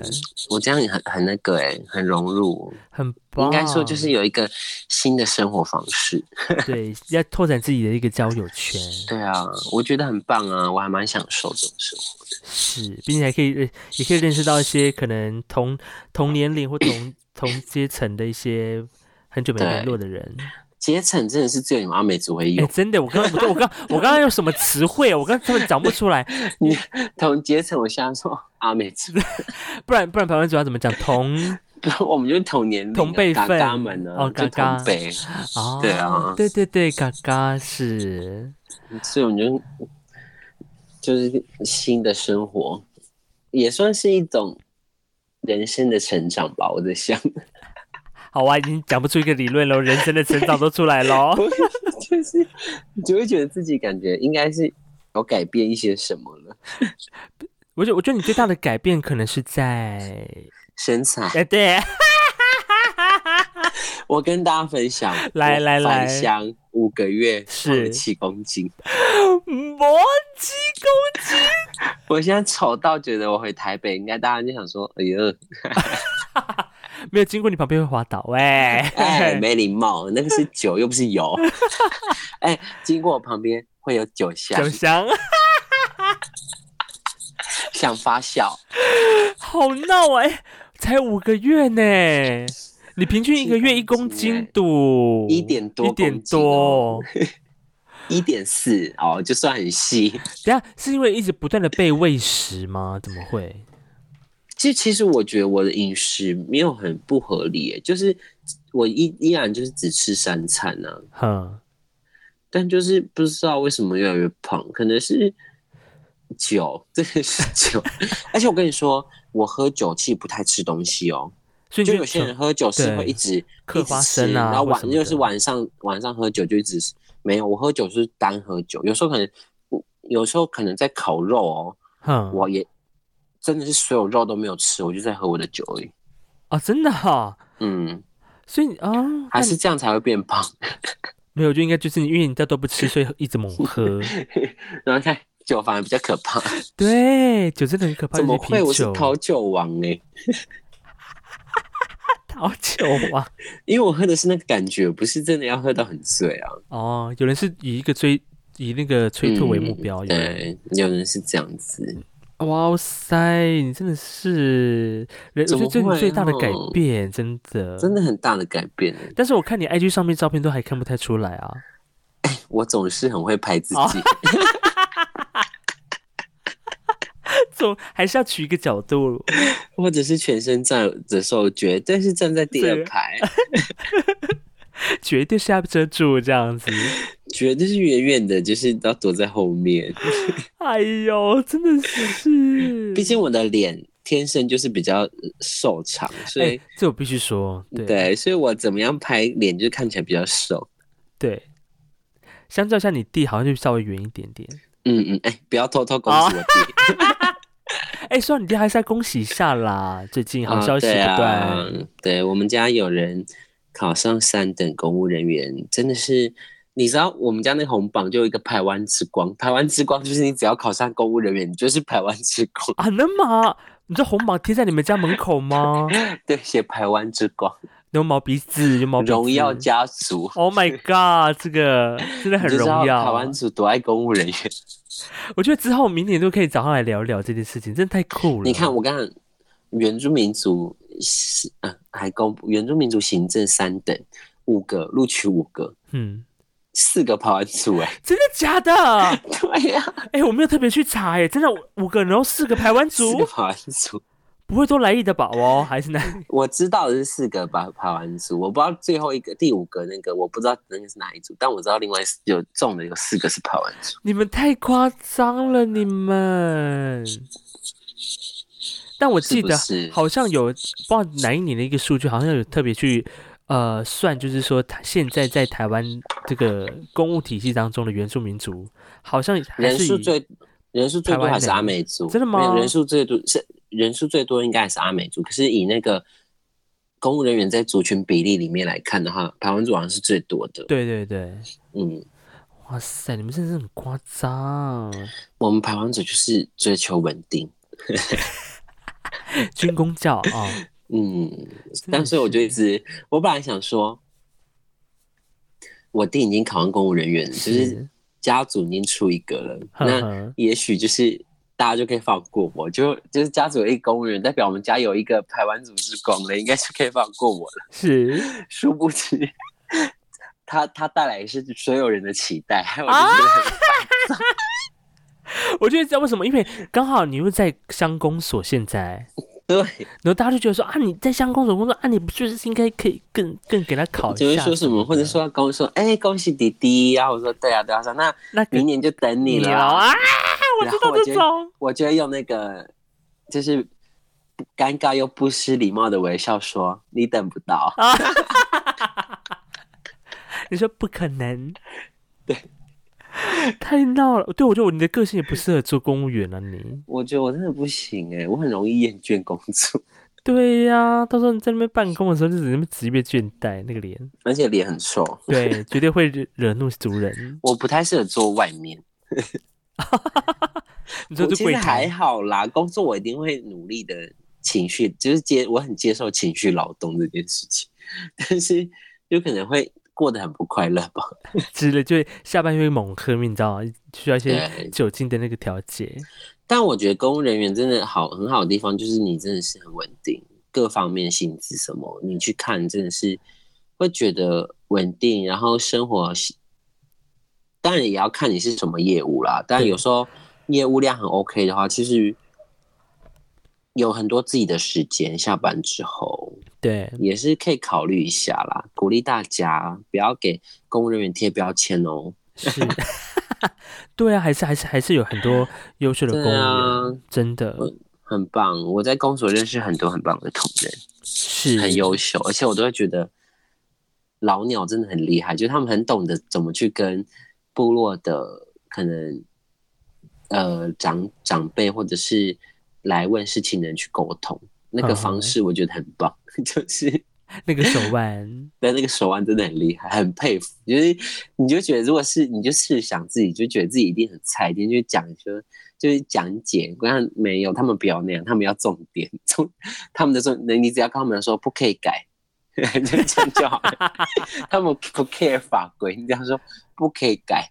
Speaker 2: 我这样很很那个哎、很融入。
Speaker 1: 很棒，
Speaker 2: 应该说就是有一个新的生活方式。
Speaker 1: 对，要拓展自己的一个交友圈，
Speaker 2: 对啊，我觉得很棒啊，我还蛮享受这种生活。
Speaker 1: 是，并且还可以呃也可以认识到一些可能同同年龄或同同阶层的一些很久没
Speaker 2: 对
Speaker 1: 联络的人。
Speaker 2: 阶层真的是只有你们阿美族会
Speaker 1: 哎、
Speaker 2: 有，
Speaker 1: 真的，我刚我我刚我刚刚用什么词汇？啊我刚根本讲不出来，
Speaker 2: 哎同阶层我现在说阿美 族，
Speaker 1: 不然不然台湾主要怎么讲同
Speaker 2: 我们就是同年龄啊、
Speaker 1: 同辈
Speaker 2: 嘎
Speaker 1: 份
Speaker 2: 嘎们呢、
Speaker 1: 哦
Speaker 2: 就
Speaker 1: 嘎嘎
Speaker 2: 同辈，
Speaker 1: 啊？
Speaker 2: 对啊
Speaker 1: 对对对，嘎嘎是
Speaker 2: 所以我们就就是新的生活，也算是一种人生的成长吧。我在想，
Speaker 1: 好啊，已经讲不出一个理论喽，人生的成长都出来哦喽。
Speaker 2: 就是你就会觉得自己感觉应该是有改变一些什么了，
Speaker 1: 我觉得我觉得你最大的改变可能是在
Speaker 2: 身材。
Speaker 1: 哎、对，
Speaker 2: 我跟大家分享，
Speaker 1: 来来
Speaker 2: 我返
Speaker 1: 来
Speaker 2: 乡五个月，
Speaker 1: 是
Speaker 2: 胖了七公斤。
Speaker 1: 摩鸡公
Speaker 2: 我现在丑到觉得我回台北，应该大家就想说，哎呦，
Speaker 1: 没有经过你旁边会滑倒喂、
Speaker 2: 哎，没礼貌，那个是酒又不是 油。哎，经过我旁边会有啊 酒香
Speaker 1: 酒，香，
Speaker 2: 想发酵。
Speaker 1: 好闹哎、才五个月呢，你平均一个月一公斤度，
Speaker 2: 哎一点多
Speaker 1: 一点
Speaker 2: 公斤
Speaker 1: 多
Speaker 2: 哦。 一点四哦，就算很细。
Speaker 1: 等一下是因为一直不断的被喂食吗？怎么会？
Speaker 2: 其实，其实我觉得我的饮食没有很不合理耶，就是我依依然就是只吃三餐啊，
Speaker 1: 哼，
Speaker 2: 但就是不知道为什么越来越胖，可能是酒，真的是酒。 而且我跟你说，我喝酒其实不太吃东西哦，
Speaker 1: 所以
Speaker 2: 就
Speaker 1: 你
Speaker 2: 有些人喝酒是
Speaker 1: 对
Speaker 2: 会一直
Speaker 1: 嗑
Speaker 2: 一直
Speaker 1: 花
Speaker 2: 吃
Speaker 1: 生啊
Speaker 2: 然后
Speaker 1: 或什
Speaker 2: 晚
Speaker 1: 么的
Speaker 2: 就是晚上晚上喝酒就一直吃没有，我喝酒是单喝酒，有时候可能有时候可能在烤肉哦，
Speaker 1: 哼
Speaker 2: 我也真的是所有肉都没有吃，我就在喝我的酒而已。
Speaker 1: 哦，真的哈、
Speaker 2: 嗯，
Speaker 1: 所以你哦，那
Speaker 2: 还是这样才会变胖。
Speaker 1: 没有就应该就是你因为你家都不吃，所以一直猛 喝。
Speaker 2: 然后看酒反而比较可怕，
Speaker 1: 对，酒真的很可怕，
Speaker 2: 怎么
Speaker 1: 尤其
Speaker 2: 会？我
Speaker 1: 啤
Speaker 2: 是
Speaker 1: 酒
Speaker 2: 讨酒王哎、
Speaker 1: 讨酒啊！
Speaker 2: 因为我喝的是那个感觉，不是真的要喝到很醉啊。
Speaker 1: 哦，有人是以一个追以那个催吐为目标，
Speaker 2: 嗯
Speaker 1: 有人。嗯
Speaker 2: 对，有人是这样子。
Speaker 1: 哇塞，你真的是人，我觉得
Speaker 2: 怎么
Speaker 1: 这是你
Speaker 2: 会
Speaker 1: 最大的改
Speaker 2: 哦
Speaker 1: 变，真的，
Speaker 2: 真的很大的改变欸。
Speaker 1: 但是我看你 IG 上面照片都还看不太出来啊。
Speaker 2: 我总是很会拍
Speaker 1: 哦
Speaker 2: 自己，
Speaker 1: 总还是要取一个角度，
Speaker 2: 或者是全身站的时候，绝对是站在第
Speaker 1: 对
Speaker 2: 二排，
Speaker 1: 绝对是要遮住这样子。
Speaker 2: 绝对是远远的，就是要躲在后面。
Speaker 1: 哎呦，真的是是，哎
Speaker 2: 毕竟我的脸天生就是比较呃瘦长，所
Speaker 1: 哎、
Speaker 2: 以、
Speaker 1: 这我必须说，对
Speaker 2: 对，所以我怎么样拍脸就看起来比较瘦。
Speaker 1: 对相较一下，你弟好像就稍微圆一点点。
Speaker 2: 嗯嗯，哎、不要偷偷恭喜
Speaker 1: 哦
Speaker 2: 我弟，
Speaker 1: 哎、说到你弟还是要恭喜一下啦，最近好
Speaker 2: 啊
Speaker 1: 消息不
Speaker 2: 对
Speaker 1: 断。
Speaker 2: 啊，对我们家有人考上三等公务人员，真的是你知道我们家那个红榜就有一个台湾之光，台湾之光就是你只要考上公务人员，你就是台湾之光。
Speaker 1: 啊，能吗？你这红榜贴在你们家门口吗？
Speaker 2: 对，写台湾之光，
Speaker 1: 有毛笔字，有毛笔字。
Speaker 2: 荣耀家族。
Speaker 1: Oh my god，这个真的很
Speaker 2: 你就知
Speaker 1: 荣
Speaker 2: 道台
Speaker 1: 耀啊
Speaker 2: 湾。族多爱公务人员。
Speaker 1: 我觉得之后明年都可以找上来聊一聊这件事情，真的太酷了。
Speaker 2: 你看，，我刚刚原住民族是嗯、还公布原住民族行政三等五个录取五个，
Speaker 1: 嗯，
Speaker 2: 四个排湾族哎、
Speaker 1: 真的假的？
Speaker 2: 对啊呀、
Speaker 1: 哎、我没有特别去查、哎，真的五个人，然后四个台湾
Speaker 2: 四个
Speaker 1: 族，
Speaker 2: 排湾族，
Speaker 1: 不会都来意的吧？哦，还是哪？
Speaker 2: 我知道的是四个排排湾族，我不知道最后一个第五个那个我不知道那个是哪一组，但我知道另外有中的有四个是排湾族。
Speaker 1: 你们太夸张了，你们。但我记得
Speaker 2: 是不是
Speaker 1: 好像有不知道哪一年的一个数据，好像有特别去呃算，就是说台现在在台湾这个公务体系当中的原住民族，好像还
Speaker 2: 人
Speaker 1: 是
Speaker 2: 数
Speaker 1: 以
Speaker 2: 最人数最多还是阿美族？
Speaker 1: 台湾人真的吗
Speaker 2: 没有人数最多是人数最多应该还是阿美族，可是以那个公务人员在族群比例里面来看的话，台湾族好像是最多的。
Speaker 1: 对对对，
Speaker 2: 嗯，
Speaker 1: 哇塞，你们真的是很夸张，
Speaker 2: 我们台湾族就是追求稳定。
Speaker 1: 军工教啊、
Speaker 2: 嗯，但是我就一直，我本来想说，我弟已经考上公务人员了，就是
Speaker 1: 是
Speaker 2: 家族已经出一个了，
Speaker 1: 呵呵
Speaker 2: 那也许就是。大家就可以放过我，就就是家族有一个公务人员，代表我们家有一个台湾族之光了，应该是可以放过我了。
Speaker 1: 是
Speaker 2: 殊不知，他他带来是所有人的期待， 还有我就觉得
Speaker 1: 啊
Speaker 2: 很
Speaker 1: 我觉得知道为什么，因为刚好你又在乡公所现在，
Speaker 2: 对，
Speaker 1: 然后大家就觉得说啊，你在乡公所工作啊，你不就是应该可以更更给他考一下么
Speaker 2: 就会
Speaker 1: 的？
Speaker 2: 说什么，或者说跟我说，哎、恭喜弟弟，然后我说对啊对啊，说那
Speaker 1: 那个
Speaker 2: 明年就等你了啊。
Speaker 1: 啊，我
Speaker 2: 然
Speaker 1: 知道
Speaker 2: 后我
Speaker 1: 这
Speaker 2: 就
Speaker 1: 种。
Speaker 2: 我就会用那个就是尴尬又不失礼貌的微笑说：“你等不到。
Speaker 1: 啊你说不可能？对，太闹了。对，我觉得我你的个性也不适合做公务员啊，你。”
Speaker 2: 我觉得我真的不行哎、我很容易厌倦工作，
Speaker 1: 对呀、到时候你在那边办公的时候，就只能职业倦怠那个脸，
Speaker 2: 而且脸很瘦，
Speaker 1: 对，绝对会惹惹怒族人。
Speaker 2: 我不太适合坐外面。
Speaker 1: 你说
Speaker 2: 我
Speaker 1: 这
Speaker 2: 其
Speaker 1: 柜
Speaker 2: 实还
Speaker 1: 台
Speaker 2: 好啦，工作我一定会努力的。情绪就是接，我很接受情绪劳动这件事情， 但是有可能会过得很不快乐吧。
Speaker 1: 之类，就是下半夜会猛喝，你知道吗？需要一些
Speaker 2: 对
Speaker 1: 酒精的那个调节。
Speaker 2: 但我觉得公务人员真的好很好的地方就是你真的是很稳定，各方面薪资什么，你去看真的是会觉得稳定，然后生活习，当然也要看你是什么业务啦。但
Speaker 1: 对
Speaker 2: 有时候业务量很 OK 的话，其实有很多自己的时间，下班之后
Speaker 1: 对，
Speaker 2: 也是可以考虑一下啦。鼓励大家不要给公务人员贴标签哦。
Speaker 1: 是，对啊，还是还是还是有很多优秀的公务
Speaker 2: 对
Speaker 1: 员，
Speaker 2: 啊
Speaker 1: 真的
Speaker 2: 很棒，我在公所认识很多很棒的同仁。
Speaker 1: 是
Speaker 2: 很优秀，而且我都会觉得老鸟真的很厉害，就是他们很懂得怎么去跟部落的可能呃长长辈或者是来问事情的人去沟通，那个方式我觉得很棒， 就是
Speaker 1: 那个手腕。
Speaker 2: 但那个手腕真的很厉害，很佩服。就是你就觉得，如果是你就试想自己，就觉得自己一定很菜，一定就讲说就是讲解，但没有，他们不要那样，他们要重点，重他们的重，你只要跟他们说不可以改， 就这样就好了。 他们不 care 法规，你这样说不可以改，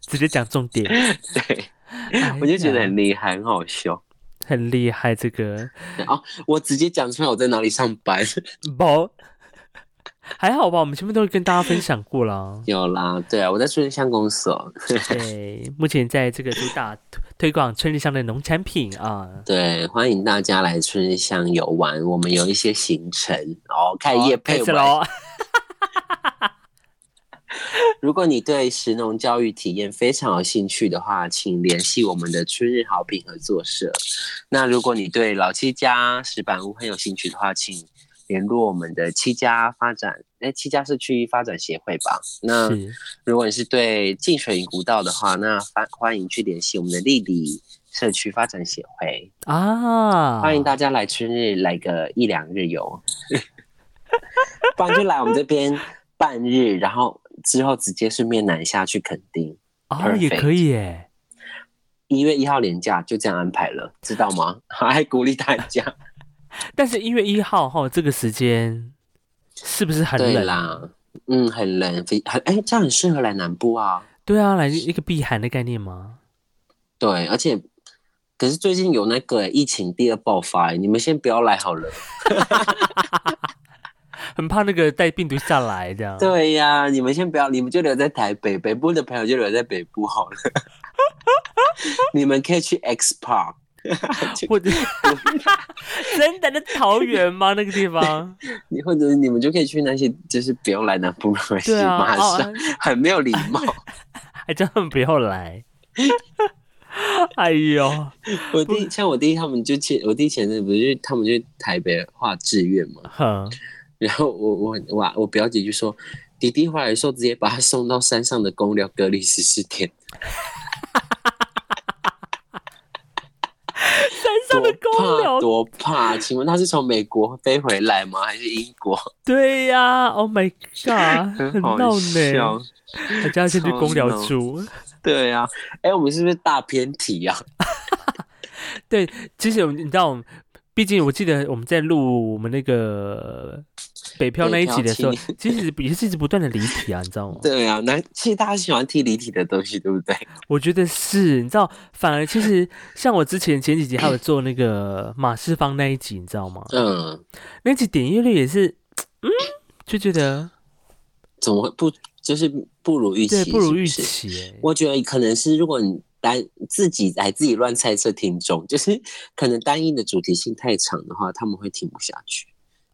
Speaker 1: 直接讲重点，
Speaker 2: 对
Speaker 1: 哎
Speaker 2: 我就觉得
Speaker 1: 呀
Speaker 2: 很厉害，很好笑。
Speaker 1: 很厉害。这个
Speaker 2: 我直接讲出来我在哪里上班，。
Speaker 1: 不 还好吧？我们前面都跟大家分享过了
Speaker 2: 有啦，对啊，我在春香公所，
Speaker 1: 对，目前在这个主打推推广村里乡的农产品啊，
Speaker 2: 对，欢迎大家来春香游玩，我们有一些行程哦，看
Speaker 1: 好
Speaker 2: 叶配
Speaker 1: 开始
Speaker 2: 文。
Speaker 1: 喽。
Speaker 2: 如果你对食农教育体验非常有兴趣的话，请联系我们的春日好品合作社。那如果你对老七家石板屋很有兴趣的话，请联络我们的七家发展，哎，七家是区域发展协会吧？那
Speaker 1: 是
Speaker 2: 如果你是对净水营古道的话，那欢欢迎去联系我们的丽丽社区发展协会。
Speaker 1: 啊，
Speaker 2: 欢迎大家来春日来个一 两日游，不然就来我们这边半日，然后之后直接顺便南下去垦丁。
Speaker 1: 哦，也可以耶。
Speaker 2: 一月一号连假就这样安排了，知道吗？ 还鼓励大家。
Speaker 1: 但是，一月一号后这个时间是不是 很
Speaker 2: 对
Speaker 1: 冷？
Speaker 2: 啦，嗯，很冷，非很哎，这样很适合来南部啊。
Speaker 1: 对啊，来一个避寒的概念吗？
Speaker 2: 对，而且可是最近有那个疫情第二爆发，你们先不要来好了。
Speaker 1: 很怕那个带病毒下来这样。
Speaker 2: 对啊呀、你们先不要，你们就留在台北，北部的朋友就留在北部好了。 你们可以去 X Park，
Speaker 1: 或 者真的那桃园吗？那个地方？
Speaker 2: 你或者你们就可以去那些，就是不用来南部没关系，
Speaker 1: 对啊，
Speaker 2: 马
Speaker 1: 哦
Speaker 2: 上、，很没有礼 貌。
Speaker 1: 还叫他们不要来。 哎呦，
Speaker 2: 我弟像我弟他们就去，我弟前阵子不是去他们去台北画志愿嘛，
Speaker 1: 哼，
Speaker 2: 然后我我我我表姐就说，弟弟回来的时候直接把他送到山上的公寮隔离十四天，
Speaker 1: 山上
Speaker 2: 多
Speaker 1: 的公
Speaker 2: 怕
Speaker 1: 聊，
Speaker 2: 多怕？请问他是从美国飞回来吗？还是英国？
Speaker 1: 对呀、o h my god，很
Speaker 2: 好
Speaker 1: 闹
Speaker 2: 笑
Speaker 1: 呢，。大家先去
Speaker 2: 超
Speaker 1: 公聊
Speaker 2: 闹
Speaker 1: 住。
Speaker 2: 对啊，哎、我们是不是大偏题啊？
Speaker 1: 对，其实我们你知道，我们毕竟我记得我们在录我们那个北漂那一集的时候
Speaker 2: 北漂，
Speaker 1: 其实也是一直不断的离题啊，你知道吗？
Speaker 2: 对啊，那其实大家喜欢听离题的东西，对不对？
Speaker 1: 我觉得是，你知道，反而其实像我之前前几集还有做那个马世芳那一集，你知道吗？
Speaker 2: 嗯，
Speaker 1: 那一集点阅率也是，嗯，就觉得
Speaker 2: 怎么会不就是不如预
Speaker 1: 对
Speaker 2: 期？
Speaker 1: 不如预
Speaker 2: 是不是
Speaker 1: 期欸、
Speaker 2: 我觉得可能是如果你单自己来自己乱猜测听众，就是 可能单一的主题性太长的话，他们会听不下去。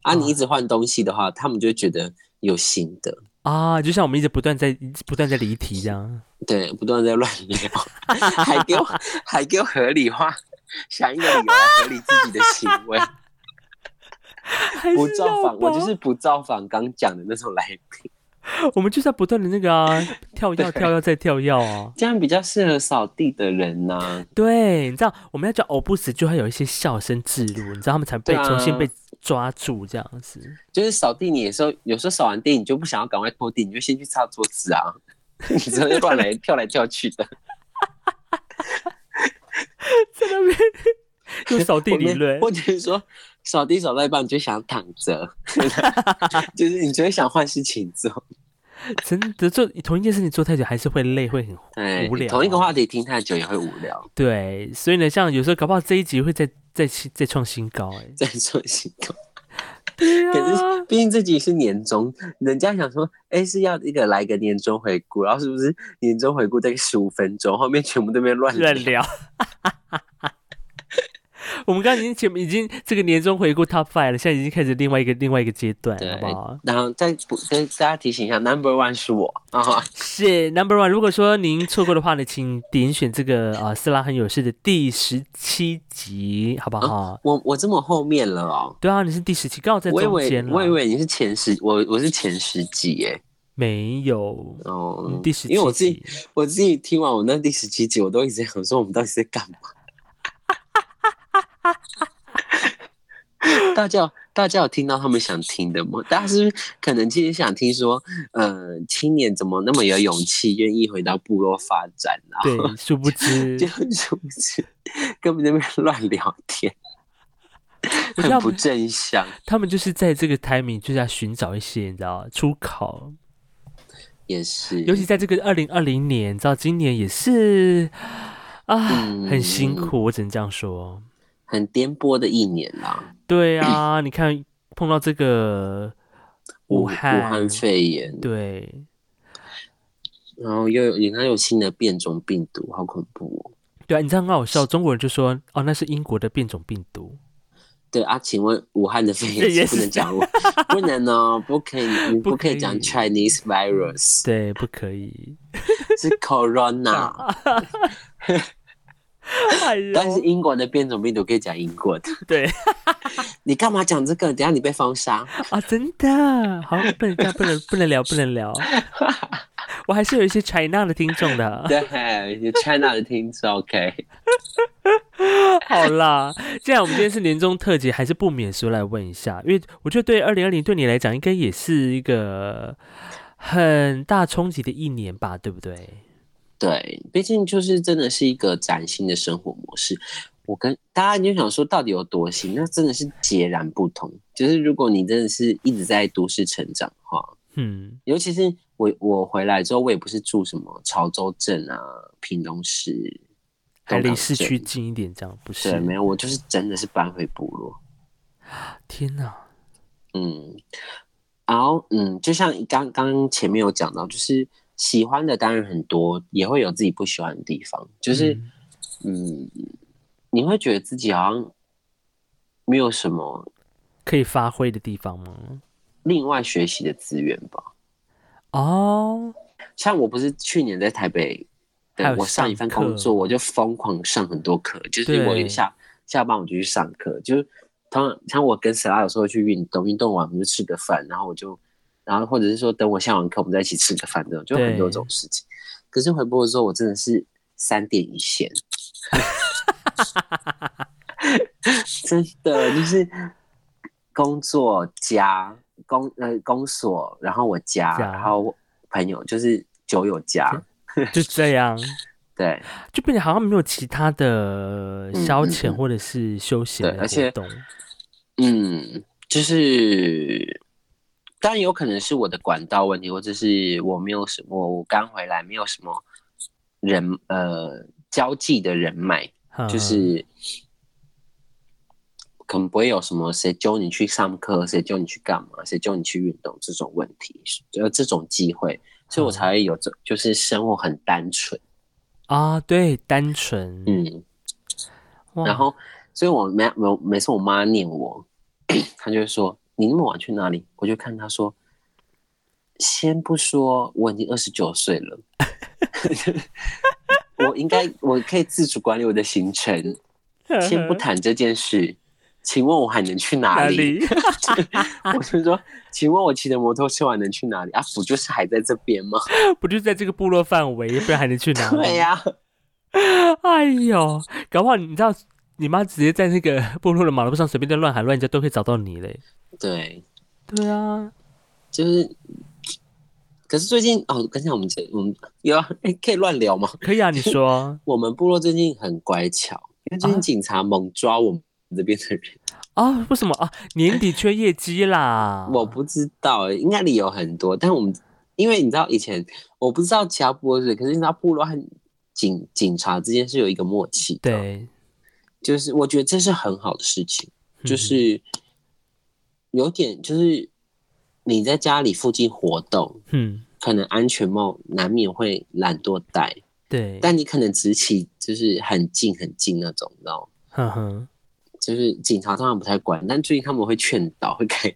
Speaker 2: 啊，
Speaker 1: 啊
Speaker 2: 你一直换东西的话，他们就会觉得有新的，
Speaker 1: 啊，就像我们一直不断在不断在离题这样。
Speaker 2: 对，不断地在乱聊， 还给我 还给我合理化，想一个理由来合理自己的行为，
Speaker 1: 还
Speaker 2: 不
Speaker 1: 是
Speaker 2: 造
Speaker 1: 要
Speaker 2: 访，我就
Speaker 1: 吧
Speaker 2: 是不造访刚讲的那种来宾，
Speaker 1: 我们就是要不断的那个啊， 跳跃跳跃再跳跃啊。
Speaker 2: 这样比较适合扫地的人呐、
Speaker 1: 对，你知道我们要叫偶不死，就会有一些笑声置入，你知道他们才被、
Speaker 2: 对啊
Speaker 1: 重新被抓住这样子。
Speaker 2: 就是扫地，你有时候有时候扫完地，你就不想要赶快拖地，你就先去擦桌子啊， 你这是乱来跳来跳去的。
Speaker 1: 在那边用扫地理论
Speaker 2: 我，或者是说扫地扫到一半，你就想躺 着，就是你就会想换事情做。
Speaker 1: 真的做同一件事情做太久还是会累，会很
Speaker 2: 哎
Speaker 1: 无聊，啊
Speaker 2: 同一个话题听太久也会无聊，
Speaker 1: 对。所以呢，像有时候搞不好这一集会再再新再创新高哎、
Speaker 2: 在做行动。
Speaker 1: 对
Speaker 2: 可
Speaker 1: 啊
Speaker 2: 是，毕竟自己是年终，人家想说，哎，是要一个来个年终回顾，然后是不是年终回顾大概十五分钟，后面全部都被 乱
Speaker 1: 乱
Speaker 2: 聊
Speaker 1: 聊。我们刚刚已经前面已经这个年终回顾 Top Five 了，现在已经开始另外一个另外一个阶段，
Speaker 2: 对
Speaker 1: 好不好？
Speaker 2: 然后再补跟大家提醒一下，Number One 是我啊，
Speaker 1: 是 Number One。如果说您错过的话呢，请点选这个呃《斯拉很有事》的第十七集，好不好？
Speaker 2: 我我这么后面了哦，
Speaker 1: 对啊，你是第十七，刚好在
Speaker 2: 嗯我以
Speaker 1: 中
Speaker 2: 为
Speaker 1: 间
Speaker 2: 我以
Speaker 1: 了。
Speaker 2: 为你是前十，我我是前十几耶，
Speaker 1: 没有，
Speaker 2: 哦
Speaker 1: 嗯，第十
Speaker 2: 因为我
Speaker 1: 七
Speaker 2: 自己
Speaker 1: 集。
Speaker 2: 我自己听完我那第十七集，我都一直想说我们到底在干嘛。 大家有大家有听到他们想听的吗？大家是不是可能今天想听说，呃，青年怎么那么有勇气，愿意回到部落发展啊？
Speaker 1: 对，殊不知
Speaker 2: 就是不是根本在那边乱聊天，
Speaker 1: 我知道
Speaker 2: 很不正向。
Speaker 1: 他们就是在这个 timing 就是要寻找一些你知道出口，
Speaker 2: 也是，
Speaker 1: 尤其在这个二零二零年，你知道今年也是啊，很辛苦，我只能这样说。
Speaker 2: 嗯很颠簸的一年啦。
Speaker 1: 对 啊，你看碰到这个武
Speaker 2: 武
Speaker 1: 汉
Speaker 2: 汉，肺炎，
Speaker 1: 对，
Speaker 2: 然后又有你看有新的变种病毒，好恐怖哦。
Speaker 1: 对啊，你这样很好笑。中国人就说：“哦，那是英国的变种病毒。
Speaker 2: 对啊，请问武汉的肺
Speaker 1: 这也
Speaker 2: 炎
Speaker 1: 是
Speaker 2: 不能 讲武，不能哦，不可以，你
Speaker 1: 不
Speaker 2: 不可
Speaker 1: 可
Speaker 2: 以
Speaker 1: 以
Speaker 2: 讲 Chinese ” virus，
Speaker 1: 对，不可以。
Speaker 2: 是
Speaker 1: 哦
Speaker 2: corona。
Speaker 1: 哎
Speaker 2: 但是
Speaker 1: 呦，
Speaker 2: 英国的变种病毒可以讲英国的，
Speaker 1: 对
Speaker 2: 你干嘛讲这个？等一下你被封 杀。
Speaker 1: 啊，真的，好，不能这样，不能不能聊，不能 聊。我还是有一些 China 的听众的。
Speaker 2: 对，你 China 的听众 OK。
Speaker 1: 好啦，既然我们今天是年终特辑，还是不免俗来问一下，因为我觉得对二零二零对你来讲，应该也是一个很大冲击的一年吧，对不对？
Speaker 2: 对，毕竟就是真的是一个崭新的生活模式。我跟大家就想说，到底有多新？那真的是截然不同。就是如果你真的是一直在都市成长的话，
Speaker 1: 嗯，
Speaker 2: 尤其是我我回来之后，我也不是住什么潮州镇啊、屏东市、
Speaker 1: 还
Speaker 2: 东
Speaker 1: 离
Speaker 2: 港
Speaker 1: 市
Speaker 2: 镇
Speaker 1: 区近一点，这样不
Speaker 2: 对，
Speaker 1: 是？
Speaker 2: 没有，我就是真的是搬回部落。
Speaker 1: 天哪，
Speaker 2: 嗯，然后嗯，就像刚刚前面有讲到，就是喜欢的当然很多，也会有自己不喜欢的地方。就是
Speaker 1: 嗯
Speaker 2: 嗯你会觉得自己好像没有什么
Speaker 1: 可以发挥的地方吗？
Speaker 2: 另外学习的资源吧？
Speaker 1: 哦，
Speaker 2: 像我不是去年在台北
Speaker 1: 还有，
Speaker 2: 的我上一份工
Speaker 1: 上
Speaker 2: 作，我就疯狂上很多课，就是
Speaker 1: 对
Speaker 2: 我一下下班我就去上课，就是通常像我跟 s a 有时候去运动，运动完我们就吃个饭，然后我就，然后或者是说等我下完课我们再一起吃个饭这种，就
Speaker 1: 对
Speaker 2: 很多这种事情。可是回播的时候，我真的是三点一线，真的就是工作家公呃公所，然后我家，
Speaker 1: 家
Speaker 2: 然后朋友就是酒友家，
Speaker 1: 就这样，
Speaker 2: 对
Speaker 1: 就变得好像没有其他的消遣
Speaker 2: 嗯嗯嗯
Speaker 1: 或者是休闲
Speaker 2: 对
Speaker 1: 的
Speaker 2: 而且
Speaker 1: 活动。
Speaker 2: 嗯，就是，当然有可能是我的管道问题，或者是我没有什么，我刚回来没有什么人呃交际的人脉，
Speaker 1: 嗯
Speaker 2: 就是可能不会有什么谁揪你去上课，谁揪你去干嘛，谁揪你去运动这种问题，呃这种机会，所以我
Speaker 1: 嗯
Speaker 2: 才会有这就是生活很单纯，
Speaker 1: 啊，对，单纯，
Speaker 2: 嗯。
Speaker 1: 哇
Speaker 2: 然后，所以我每每每次我妈念我， 她就会说：“你那么晚去哪里？”我就看她说：“先不说，我已经二十九岁了， 我应该我可以自主管理我的行程，先不谈这件事。请问我还能去哪
Speaker 1: 哪
Speaker 2: 里？
Speaker 1: 里
Speaker 2: 我就说，请问我骑着摩托车还能去哪里？啊，不就是还在这边吗？
Speaker 1: 不就在这个部落范围，不然还能去哪里？
Speaker 2: 对呀、
Speaker 1: 哎呦，搞不好你知道，你妈直接在那个 部落的马路上随便在乱喊乱叫，都可以找到你嘞。
Speaker 2: 对，
Speaker 1: 对啊，
Speaker 2: 就是，可是最近哦，刚才我们这我们有啊，哎可以乱聊吗？
Speaker 1: 可以啊，你 说
Speaker 2: 我们部落最近很乖巧，因为最
Speaker 1: 啊
Speaker 2: 近警察猛抓我们这边的人，
Speaker 1: 啊？为什么啊？年底缺业绩啦？
Speaker 2: 我不知道、欸，应该理由很多，但我们因为你知道以前我不知道其他部落是，可是你知道部落和警警察之间是有一个默契，，
Speaker 1: 对，
Speaker 2: 就是我觉得这是很好的事情，
Speaker 1: 嗯
Speaker 2: 就是有点就是你在家里附近活动，
Speaker 1: 嗯，
Speaker 2: 可能安全帽难免会懒惰戴。
Speaker 1: 对，
Speaker 2: 但你可能只起就是很近很近那种，你知道吗？
Speaker 1: 哼哼，
Speaker 2: 就是警察通常不太管，但最近他们会劝导，会开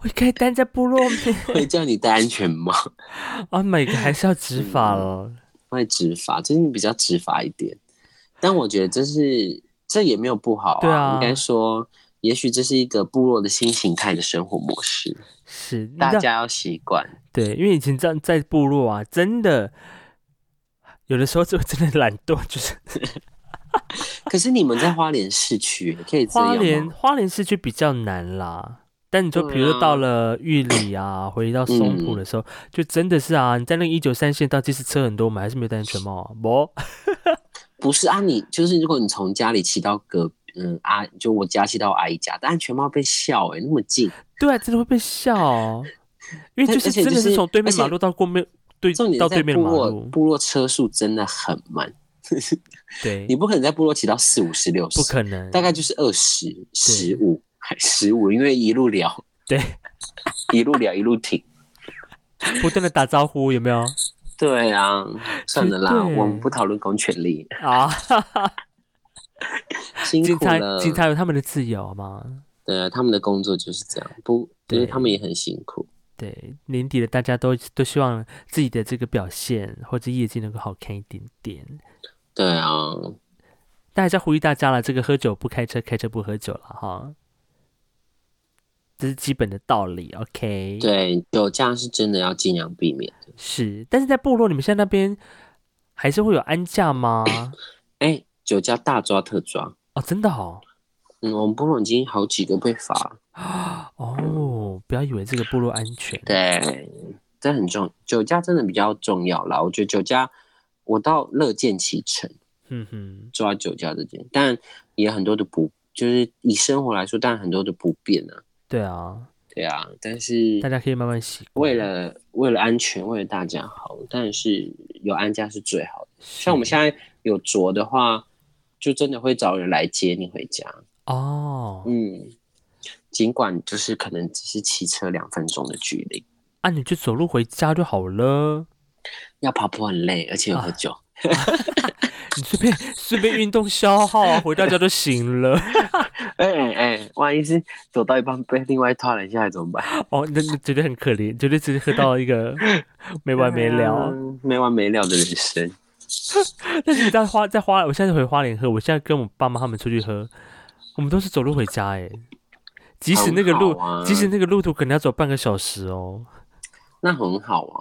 Speaker 1: 我可以待在部落
Speaker 2: 会叫你戴安全帽，
Speaker 1: 啊，每个还是要执法哦了。
Speaker 2: 会执法，最近比较执法一点。但我觉得这是这也没有不好
Speaker 1: 对啊
Speaker 2: 应该说，也许这是一个部落的新形态的生活模式，
Speaker 1: 是，你知
Speaker 2: 大
Speaker 1: 道
Speaker 2: 家要习惯。
Speaker 1: 对，因为以前在在部落啊，真的有的时候就真的懒惰，就是
Speaker 2: 可是你们在花莲市区可以这
Speaker 1: 花
Speaker 2: 样
Speaker 1: 莲
Speaker 2: 吗？
Speaker 1: 花莲市区比较难啦，但你说
Speaker 2: 对
Speaker 1: 比如说
Speaker 2: 啊
Speaker 1: 到了玉里 啊，回到松浦的时候，就真的是啊，你在那个一九三线道，即使车很多，我们还是没有戴安全帽啊，不，
Speaker 2: 不是啊你，就是如果你从家里骑到隔嗯阿、就我家骑到我阿姨家，但安全帽被笑哎、那么近。
Speaker 1: 对啊，真的会被笑、啊 因为
Speaker 2: 但
Speaker 1: 就是
Speaker 2: 而且
Speaker 1: 真的
Speaker 2: 就是是
Speaker 1: 从对面
Speaker 2: 而且
Speaker 1: 马路到过面对
Speaker 2: 重点
Speaker 1: 到
Speaker 2: 是
Speaker 1: 对
Speaker 2: 在
Speaker 1: 面的
Speaker 2: 部
Speaker 1: 马
Speaker 2: 落，
Speaker 1: 路，
Speaker 2: 部落车速真的很慢，
Speaker 1: 对
Speaker 2: 你，不可能在部落骑到四五十、六十，
Speaker 1: 不可能，
Speaker 2: 大概就是二十、十五、十五，因为一路聊，
Speaker 1: 对，
Speaker 2: 一路聊一路停。
Speaker 1: 不断的打招呼，有没有
Speaker 2: 对啊，算了啦，
Speaker 1: 对
Speaker 2: 我们不讨论公权力，
Speaker 1: 啊？
Speaker 2: 辛
Speaker 1: 警
Speaker 2: 苦
Speaker 1: 察
Speaker 2: 了。
Speaker 1: 警察有他们的自由嘛？
Speaker 2: 对啊，他们的工作就是这样，不，
Speaker 1: 对
Speaker 2: 因为他们也很辛苦。
Speaker 1: 对，年底了，大家都都希望自己的这个表现或者业绩能够好看一点点。
Speaker 2: 对啊，
Speaker 1: 但还是要呼吁大家了，这个喝酒不开车，开车不喝酒了哈，这是基本的道理。OK，，
Speaker 2: 对，酒驾是真的要尽量避免的。
Speaker 1: 是，但是在部落，你们现在那边还是会有安驾吗？
Speaker 2: 哎，酒驾大抓特抓，
Speaker 1: 哦，真的哦，
Speaker 2: 嗯，我们部落已经好几个被罚了。
Speaker 1: 哦，不要以为这个部落安全，
Speaker 2: 对，真的很重，酒驾真的比较重要啦。我觉得酒驾，我倒乐见其成，
Speaker 1: 嗯哼，
Speaker 2: 抓酒驾这件，但也很多的不，就是以生活来说，当然很多的不便啊。
Speaker 1: 对啊，
Speaker 2: 对啊，但是
Speaker 1: 大家可以慢慢习惯。
Speaker 2: 为了为了安全，为了大家好，但是有安家是最好的。像
Speaker 1: 嗯
Speaker 2: 我们现在有着的话，就真的会找人来接你回家。
Speaker 1: 哦，
Speaker 2: 嗯，尽管就是可能只是骑车两分钟的距离，
Speaker 1: 啊，你就走路回家就好了。
Speaker 2: 要跑步很累，而且
Speaker 1: 啊
Speaker 2: 又喝酒。
Speaker 1: 你顺便 顺便运动消耗啊，回到家就行了。
Speaker 2: 哎哎哎，万一是走到一半被另外一套人下来怎么办？
Speaker 1: 哦，那那绝对很可怜，绝对只是喝到一个没完没了。
Speaker 2: 嗯没完没了的人生。
Speaker 1: 但是你在花在花，我现在回花莲喝，我现在跟我爸妈他们出去喝，我们都是走路回家哎、即使那个路，
Speaker 2: 很好啊
Speaker 1: 即使那个路途可能要走半个小时哦，
Speaker 2: 那很好啊，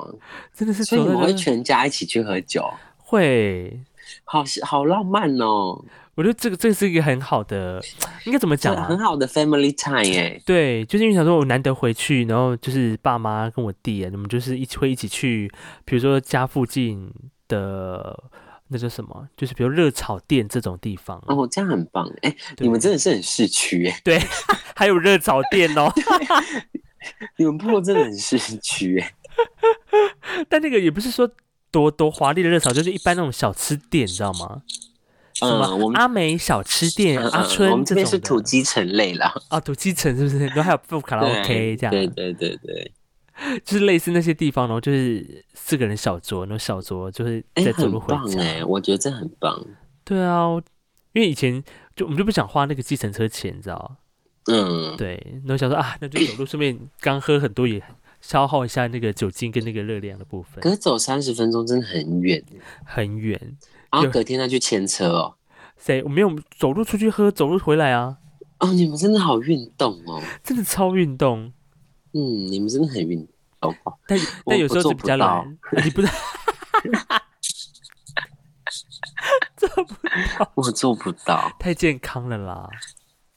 Speaker 1: 真的是
Speaker 2: 所以
Speaker 1: 走
Speaker 2: 你们
Speaker 1: 到
Speaker 2: 会
Speaker 1: 这
Speaker 2: 全家一起去喝酒，
Speaker 1: 会。
Speaker 2: 好好浪漫哦，
Speaker 1: 我觉得这个这是一个很好的，应该怎么讲
Speaker 2: 很
Speaker 1: 啊？
Speaker 2: 很好的 family time 哎、
Speaker 1: 对，就是因为想说，我难得回去，然后就是爸妈跟我弟啊，我们就是一起会一起去，比如说家附近的那叫什么，就是比如热炒店这种地方，
Speaker 2: 哦，这样很棒哎、
Speaker 1: 对
Speaker 2: 你们真的是很市区哎、
Speaker 1: 对，还有热炒店 哦。
Speaker 2: 你们部落真的很市区哎、
Speaker 1: 但那个也不是说多多华丽的热炒，就是一般那种小吃店，你知道吗？ 什么、
Speaker 2: 嗯，我们
Speaker 1: 阿美小吃店、
Speaker 2: 嗯
Speaker 1: 阿
Speaker 2: 嗯
Speaker 1: 春
Speaker 2: 我们这
Speaker 1: 这种
Speaker 2: 边是
Speaker 1: 的
Speaker 2: 土鸡城类啦，
Speaker 1: 啊，土鸡城是不是？然后 还有副卡拉 OK 这样，啊
Speaker 2: 对对对对，
Speaker 1: 就是类似那些地方，然后就是四个人小桌，然后小桌就是
Speaker 2: 哎、
Speaker 1: 在走
Speaker 2: 很
Speaker 1: 路回
Speaker 2: 棒
Speaker 1: 家。
Speaker 2: 哎、我觉得这很棒。
Speaker 1: 对啊，我因为以前就我们就不想花那个计程车钱，你知道？
Speaker 2: 嗯，
Speaker 1: 对，然后想说啊，那就走路，顺便刚喝很多也消耗一下那个酒精跟那个热量的部分
Speaker 2: 可，是走三十分钟真的很远，
Speaker 1: 很远。
Speaker 2: 然后
Speaker 1: 有
Speaker 2: 隔天再去牵车哦。
Speaker 1: 谁我没有走路出去喝，走路回来啊，
Speaker 2: 哦，你们真的好运动哦，
Speaker 1: 真的超运动。
Speaker 2: 嗯，你们真的很运动 哦。
Speaker 1: 但
Speaker 2: 我
Speaker 1: 但有时
Speaker 2: 我
Speaker 1: 候
Speaker 2: 做
Speaker 1: 是比较
Speaker 2: 不到
Speaker 1: 懒，你不是
Speaker 2: 我做不到，
Speaker 1: 太健康了 啦。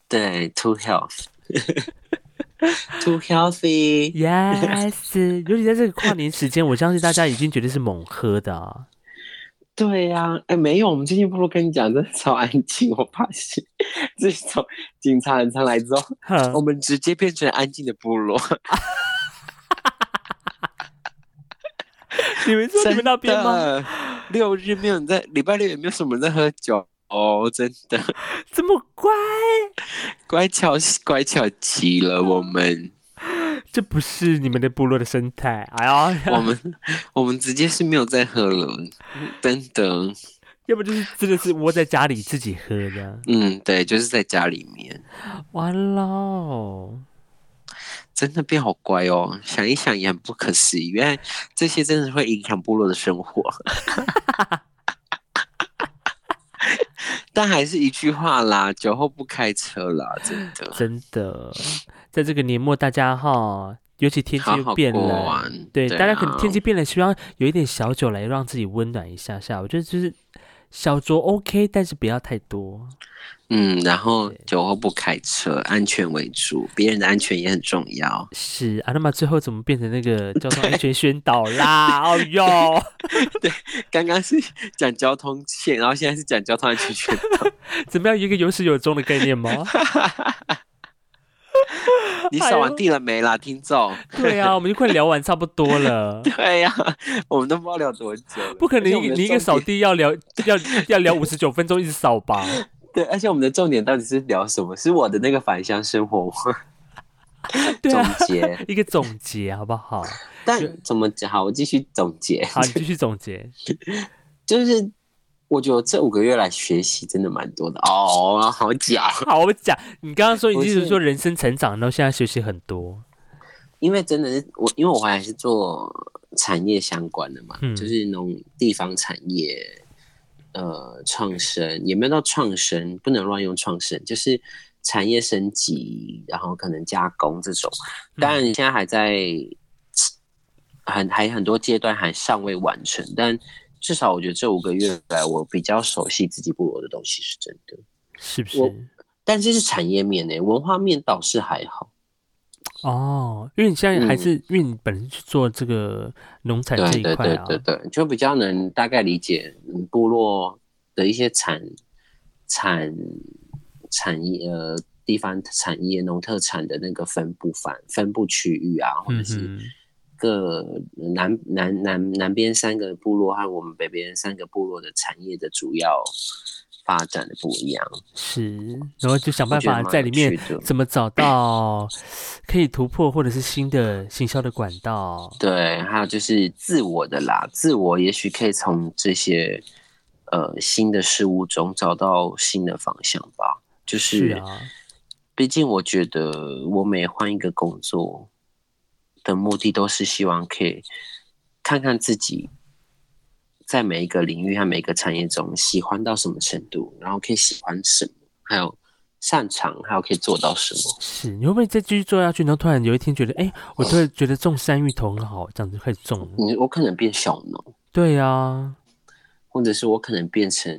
Speaker 2: 对，too health，too healthy。
Speaker 1: Yes，尤其在这个跨年时间，我相信大家已经绝对是猛喝的啊。
Speaker 2: 对呀、哎，没有，我们最近部落跟你讲，真的超安静。我发现，自从警察很常来之后，
Speaker 1: 哼
Speaker 2: 我们直接变成安静的部落。
Speaker 1: 你们说你们那边吗？
Speaker 2: 真的？六日没有人在，礼拜六也没有什么人在喝酒哦，真的
Speaker 1: 这么乖，
Speaker 2: 乖巧乖巧极了。我们
Speaker 1: 这不是你们的部落的生态。哎呀，
Speaker 2: 我 们我们直接是没有在喝了，真的。
Speaker 1: 要不就是真的是窝在家里自己喝的，
Speaker 2: 嗯，对，就是在家里面，
Speaker 1: 完喽。
Speaker 2: 真的变好乖哦。想一想也很不可思议，原来这些真的会影响部落的生活。 但还是一句话啦，酒后不开车啦，真的。
Speaker 1: 真的，在这个年末，大家哈，尤其天气
Speaker 2: 好
Speaker 1: 又
Speaker 2: 好
Speaker 1: 变
Speaker 2: 过
Speaker 1: 冷，
Speaker 2: 完
Speaker 1: 对，
Speaker 2: 对
Speaker 1: 大家可能
Speaker 2: 啊
Speaker 1: 天气变冷，希望有一点小酒来让自己温暖一下下。我觉得就是小酌 OK，但是不要太多。
Speaker 2: 嗯，然后
Speaker 1: 对
Speaker 2: 酒后不开车，安全为主，别人的安全也很重要。
Speaker 1: 是啊，那么最后怎么变成那 个交通安全宣导啦？哦哟，
Speaker 2: 刚刚是讲交通线，然后现在是讲交通安 全圈。
Speaker 1: 怎么样一个有始有终的概念 吗？
Speaker 2: 你扫
Speaker 1: 哎
Speaker 2: 完地了没啦，听众？
Speaker 1: 对啊，我们就快聊完差不多了。
Speaker 2: 对呀、我们都不知道聊多久了。
Speaker 1: 不可能
Speaker 2: 而且我
Speaker 1: 你
Speaker 2: 们的
Speaker 1: 你一个
Speaker 2: 重
Speaker 1: 扫
Speaker 2: 点，
Speaker 1: 地要聊要要聊五十九分钟，一直扫 吧？
Speaker 2: 对，而且我们的重点到底是聊什么？是我的那个返乡生活吗
Speaker 1: 对啊，
Speaker 2: 总结。
Speaker 1: 一个总结好不好？
Speaker 2: 但怎么讲？好，我继续总结，
Speaker 1: 好，你继续总结。
Speaker 2: 就是我觉得我这五个月来学习真的蛮多的哦，好假。
Speaker 1: 好，我讲，你刚刚说你
Speaker 2: 不
Speaker 1: 一
Speaker 2: 是
Speaker 1: 直说人生成长，然后现在学习很多，
Speaker 2: 因为真的是我，因为我还是做产业相关的嘛，
Speaker 1: 嗯
Speaker 2: 就是农地方产业，呃，创生也没有到创生，不能乱用创生，就是产业升级，然后可能加工这种，当然现在还在很还很多阶段还尚未完成，但至少我觉得这五个月来，我比较熟悉自己部落的东西是真的，
Speaker 1: 是不
Speaker 2: 我
Speaker 1: 是？
Speaker 2: 欸但这是产业面呢、文化面倒是还好。
Speaker 1: 哦，因为你现在还是、因为你本身去做这个农产这
Speaker 2: 嗯对
Speaker 1: 一
Speaker 2: 对
Speaker 1: 块
Speaker 2: 对
Speaker 1: 啊，
Speaker 2: 对对，就比较能大概理解嗯部落的一些产产产业呃地方产业农特产的那个分布范分布区域啊，或者
Speaker 1: 嗯
Speaker 2: 是
Speaker 1: 哼，
Speaker 2: 各南南南南边三个部落和我们北边三个部落的产业的主要发展的不一样，
Speaker 1: 是，然后就想办
Speaker 2: 我觉得
Speaker 1: 法
Speaker 2: 蛮有
Speaker 1: 在里面
Speaker 2: 趣的
Speaker 1: 怎么找到可以突破或者是新的行销的管道。
Speaker 2: 对，还有就是自我的啦，自我也许可以从这些呃新的事物中找到新的方向吧。就是，
Speaker 1: 是啊，
Speaker 2: 毕竟我觉得我每换一个工作的目的都是希望可以看看自己在每一个领域和每一个产业中喜欢到什么程度，然后可以喜欢什么，还有擅长，还有可以做到什么。
Speaker 1: 是，你会不会再继续做下去？然后突然有一天觉得，哎、
Speaker 2: 哦
Speaker 1: 我突然觉得种山芋头很好，这样子就开始种了。
Speaker 2: 你我可能变小农。
Speaker 1: 对啊，
Speaker 2: 或者是我可能变成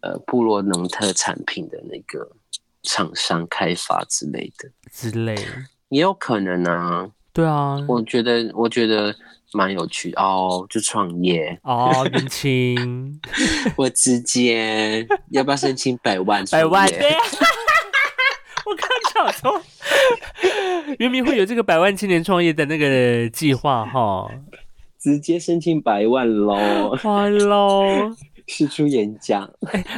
Speaker 2: 呃部落农特产品的那个厂商开发之类的，
Speaker 1: 之类。
Speaker 2: 也有可能啊。
Speaker 1: 对啊，，
Speaker 2: 我觉得我觉得蛮有趣哦，就创业
Speaker 1: 哦，云清，
Speaker 2: 我直接要不要申请百万创
Speaker 1: 百
Speaker 2: 业？
Speaker 1: 万对。 我刚想说，原明会有这个百万青年创业的那个计划哈。！
Speaker 2: 直接申请百万喽
Speaker 1: 哇喽！
Speaker 2: 是出演讲，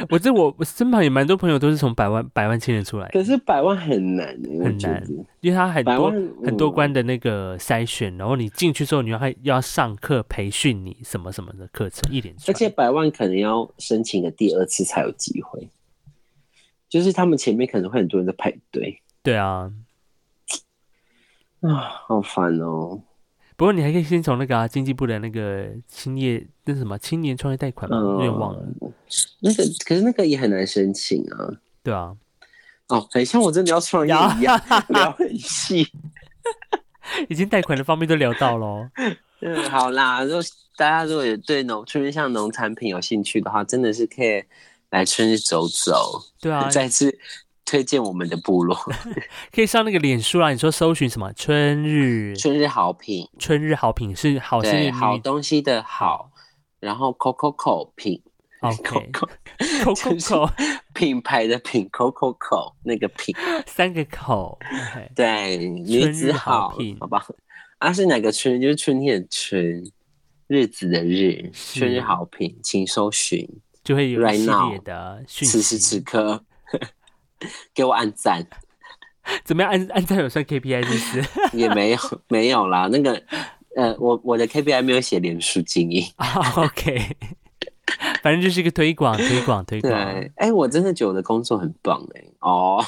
Speaker 1: 我这我我身旁也蛮多朋友都是从百万百万青年出来的，
Speaker 2: 可是百万很难、欸，我
Speaker 1: 很
Speaker 2: 觉
Speaker 1: 难
Speaker 2: 得。
Speaker 1: 因为他很
Speaker 2: 百
Speaker 1: 多
Speaker 2: 万
Speaker 1: 很多
Speaker 2: 嗯
Speaker 1: 关的那个筛选，然后你进去之后，你要还要上课培训你什么什么的课程，一连
Speaker 2: 而
Speaker 1: 串。
Speaker 2: 且百万可能要申请的第二次才有机会，就是他们前面可能会很多人在排队。
Speaker 1: 对啊，
Speaker 2: 啊，好烦哦。
Speaker 1: 不过你还可以先从那个、啊、经济部的那个青业那是什么青年创业贷款
Speaker 2: 嗯
Speaker 1: 嘛，有点忘了。
Speaker 2: 那个，可是那个也很难申请啊。
Speaker 1: 对啊，
Speaker 2: 哦，很像我真的要创业一样，聊很细。
Speaker 1: 已经贷款的方面都聊到喽。
Speaker 2: 嗯，好啦，如果大家如果有对农春日像农产品有兴趣的话，真的是可以来春日走走。
Speaker 1: 对啊，
Speaker 2: 再次推荐我们的部落
Speaker 1: 可以上那个脸书啊啦，你说搜寻什么春日
Speaker 2: 春日好品，
Speaker 1: 春日好品是好心
Speaker 2: 对，
Speaker 1: 的
Speaker 2: 好东西的好，然后 Coco 口品
Speaker 1: OK
Speaker 2: ，Coco
Speaker 1: 口口
Speaker 2: 就是
Speaker 1: 口
Speaker 2: 品牌的品，Coco 口那个品。
Speaker 1: 三个口。OK
Speaker 2: 对，女
Speaker 1: 春日
Speaker 2: 子
Speaker 1: 好
Speaker 2: 好
Speaker 1: 聘，
Speaker 2: 好吧？啊，是哪个春？就是春天的春，日子的日，
Speaker 1: 是
Speaker 2: 春日好评，请搜寻。
Speaker 1: 就会有一
Speaker 2: Right
Speaker 1: 系
Speaker 2: now，
Speaker 1: 列的讯
Speaker 2: 此时
Speaker 1: 息。
Speaker 2: 此刻， 给我按赞
Speaker 1: 怎么样？按按赞有算 KPI 是不 是？
Speaker 2: 也没有没有啦。那个，呃，我我的 KPI 没有写脸书经营。
Speaker 1: 啊，OK，反正就是一个推广、推广、推
Speaker 2: 对，
Speaker 1: 广。
Speaker 2: 哎、我真的觉得我的工作很棒哎、哦，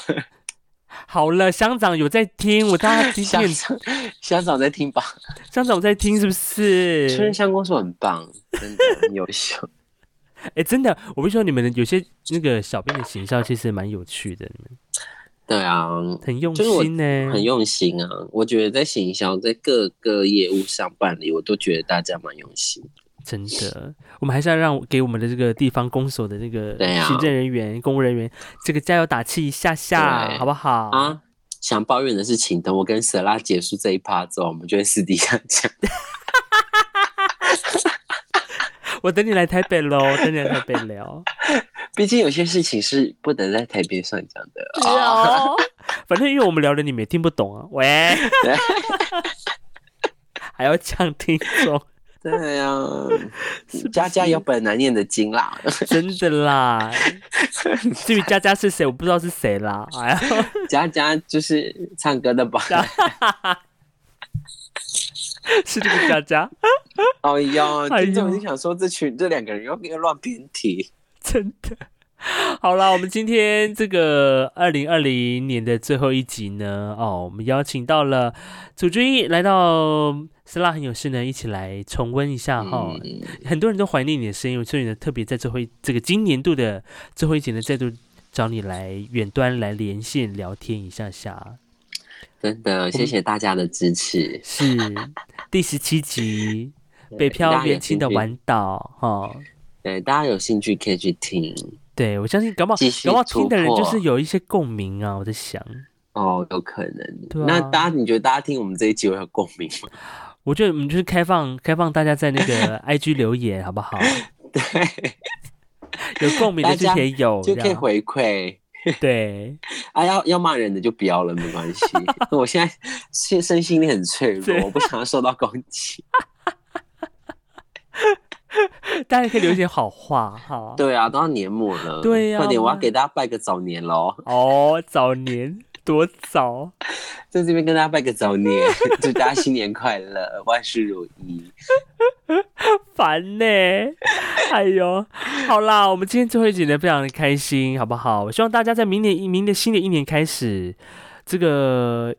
Speaker 1: 好了，乡长有在听，我大家听
Speaker 2: 乡
Speaker 1: 见，
Speaker 2: 长乡长在听吧？
Speaker 1: 乡长有在听是不
Speaker 2: 春日
Speaker 1: 是？
Speaker 2: 香工作很棒，真的很优秀。
Speaker 1: 哎，真的，我必须说你们的有些那个小编的形象其实蛮有趣的，你们
Speaker 2: 对啊，
Speaker 1: 很用
Speaker 2: 就是我
Speaker 1: 心呢、
Speaker 2: 很用心啊！我觉得在行销，在各个业务上办理，我都觉得大家蛮用心。
Speaker 1: 真的，我们还是要让给我们的这个地方公所的那个
Speaker 2: 对啊
Speaker 1: 行政人员、公务人员，这个加油打气一下下，
Speaker 2: 对
Speaker 1: 好不好？
Speaker 2: 啊，想抱怨的事情，等我跟舍拉结束这一趴之后，我们就会私底下讲。
Speaker 1: 我等你来台北喽，等你来台北 聊。
Speaker 2: 毕竟有些事情是不能在台面上讲的
Speaker 1: 是
Speaker 2: 啊。
Speaker 1: 哦，反正因为我们聊的你们也听不懂啊，喂，
Speaker 2: 对
Speaker 1: 还要呛听众，
Speaker 2: 对呀、啊，家家有本难念的 经啦。
Speaker 1: 真的啦。至于佳佳是谁，我不知道是谁啦。哎呀，
Speaker 2: 家家就是唱歌的吧？
Speaker 1: 是这个佳佳，
Speaker 2: 哎呦，
Speaker 1: 哎呦
Speaker 2: 听众已经想说这群这两个人又又乱编题。
Speaker 1: 真的。好啦，我们今天这个二零二零年的最后一集呢，哦，我们邀请到了祖君来到斯拉很有事呢，一起来重温一下哈、
Speaker 2: 嗯
Speaker 1: 很多人都怀念你的声音，所以呢，特别在最后一这个今年度的最后一集呢，再度找你来远端来连线聊天一下下，
Speaker 2: 真的，谢谢大家的支持。
Speaker 1: 是第十七集《北漂年轻的玩岛》哈、
Speaker 2: 对，大家有兴趣可以去听。
Speaker 1: 对我相信搞不好
Speaker 2: 继续
Speaker 1: 搞不好听的人
Speaker 2: 突
Speaker 1: 就
Speaker 2: 破
Speaker 1: 是有一些共鸣啊，我在想，
Speaker 2: 哦，有可能。
Speaker 1: 对啊
Speaker 2: 那大家，你觉得大家听我们这一集有有共鸣吗？
Speaker 1: 我觉得我们就是开放开放大家在那个 IG 留言好不 好？
Speaker 2: 对，
Speaker 1: 有共鸣的就
Speaker 2: 大家
Speaker 1: 写有，
Speaker 2: 就
Speaker 1: 这
Speaker 2: 可以
Speaker 1: 样
Speaker 2: 回馈。
Speaker 1: 对。
Speaker 2: 啊，要要骂人的就不要了，没 关系。我现在现身心灵很脆弱
Speaker 1: 对，
Speaker 2: 我不想要受到攻 击。
Speaker 1: 大家可以留一些好话哈。
Speaker 2: 对啊，都要年末了，
Speaker 1: 对呀
Speaker 2: 快点，我要
Speaker 1: 我
Speaker 2: 给大家拜个早年喽，
Speaker 1: 哦，早年多早，
Speaker 2: 在这边跟大家拜个早 年，祝大家新年快乐，万事如意。
Speaker 1: 烦呢、 哎呦，好啦，我们今天最后一集呢，非常的开心，好不好？我希望大家在明年一明年新的一年开始，这个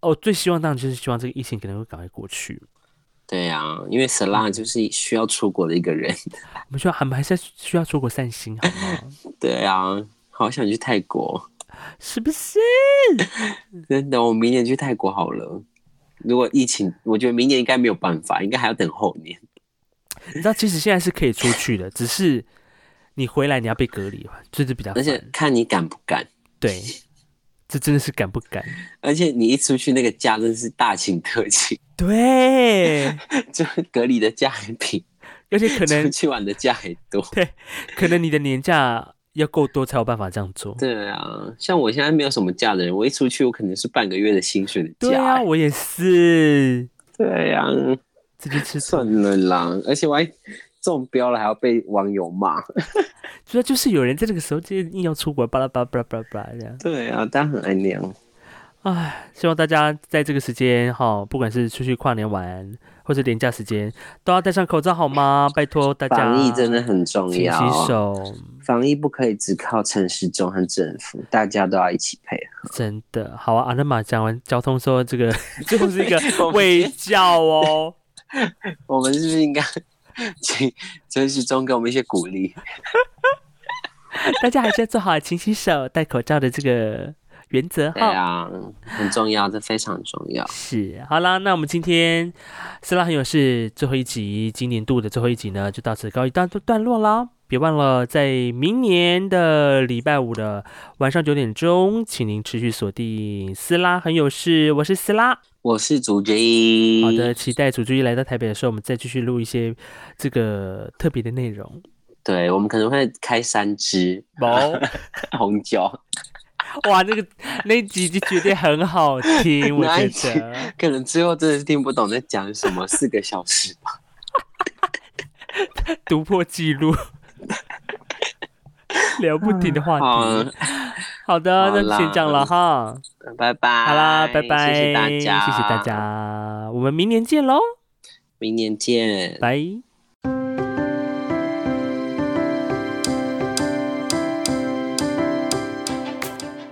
Speaker 1: 哦，最希望当然就是希望这个疫情可能会赶快过去。
Speaker 2: 对啊，因为 s a l a 就是需要出国的一个人。
Speaker 1: 我们需要，我们还是需要出国散心，好吗？
Speaker 2: 对啊，好想去泰国，
Speaker 1: 是不是？
Speaker 2: 真的，我明年去泰国好了。如果疫情，我觉得明年应该没有办法，应该还要等后年。
Speaker 1: 你知道，其实现在是可以出去的，只是你回来你要被隔离，这是比较
Speaker 2: 而且
Speaker 1: 烦
Speaker 2: 看你敢不敢。
Speaker 1: 对，这真的是敢不敢？
Speaker 2: 而且你一出去，那个假真是大请特请，
Speaker 1: 对。
Speaker 2: 就是隔离的假还比
Speaker 1: 而且可
Speaker 2: 出
Speaker 1: 能
Speaker 2: 去玩的假还多。
Speaker 1: 可能你的年假要够多才有办法这样做。
Speaker 2: 对啊，像我现在没有什么假的人，我一出去，我可能是半个月的薪水的
Speaker 1: 对
Speaker 2: 假
Speaker 1: 啊，
Speaker 2: 欸。
Speaker 1: 我也是
Speaker 2: 对啊，
Speaker 1: 自己吃醋，
Speaker 2: 算了啦，而且我还中标了，还要被网友骂。
Speaker 1: 主要就是有人在这个时候就硬要出国，巴拉巴拉巴拉巴拉巴拉这样。
Speaker 2: 对啊，大家很爱那样。
Speaker 1: 唉，希望大家在这个时间哈，不管是出去跨年玩或者年假时间，都要戴上口罩好吗？拜托大家，
Speaker 2: 防疫真的很重
Speaker 1: 请
Speaker 2: 要，啊
Speaker 1: 洗手，
Speaker 2: 防疫不可以只靠陈时中和政府，大家都要一起配合。
Speaker 1: 真的好啊。阿德玛讲完交通说这 个就是一个
Speaker 2: 我们
Speaker 1: 卫教哦。
Speaker 2: 我们是不是应该 请陈时中给我们一些鼓励？
Speaker 1: 大家还是要做好勤洗手、戴口罩的这个原则
Speaker 2: 对
Speaker 1: 哈。
Speaker 2: 啊，很重要，这非常重要。
Speaker 1: 是，好啦，那我们今天《斯拉很有事》最后一集，今年度的最后一集呢，就到此告一段段落啦。别忘了在明年的礼拜五的晚上九点钟，请您持续锁定《斯拉很有事》，我是斯拉。
Speaker 2: 我是主角。
Speaker 1: 好的，，期待主注意来到台北的时候，我们再继续录一些这个特别的内容。
Speaker 2: 对我们可能会开三支
Speaker 1: 毛，
Speaker 2: 红酒，
Speaker 1: 哇，那个那一集就绝对很好 听，我
Speaker 2: 哪一
Speaker 1: 觉
Speaker 2: 集
Speaker 1: 得。
Speaker 2: 可能最后真的是听不懂在讲什么，四个小时 吧。
Speaker 1: 突破记录，聊不停的话
Speaker 2: 嗯好
Speaker 1: 题。，好的，
Speaker 2: 好
Speaker 1: 那
Speaker 2: 啦
Speaker 1: 先这样了哈。
Speaker 2: 拜拜。
Speaker 1: 好啦，拜拜，
Speaker 2: 谢谢大家，
Speaker 1: 谢谢大，家，我们明年见喽，
Speaker 2: 明年见。
Speaker 1: 拜。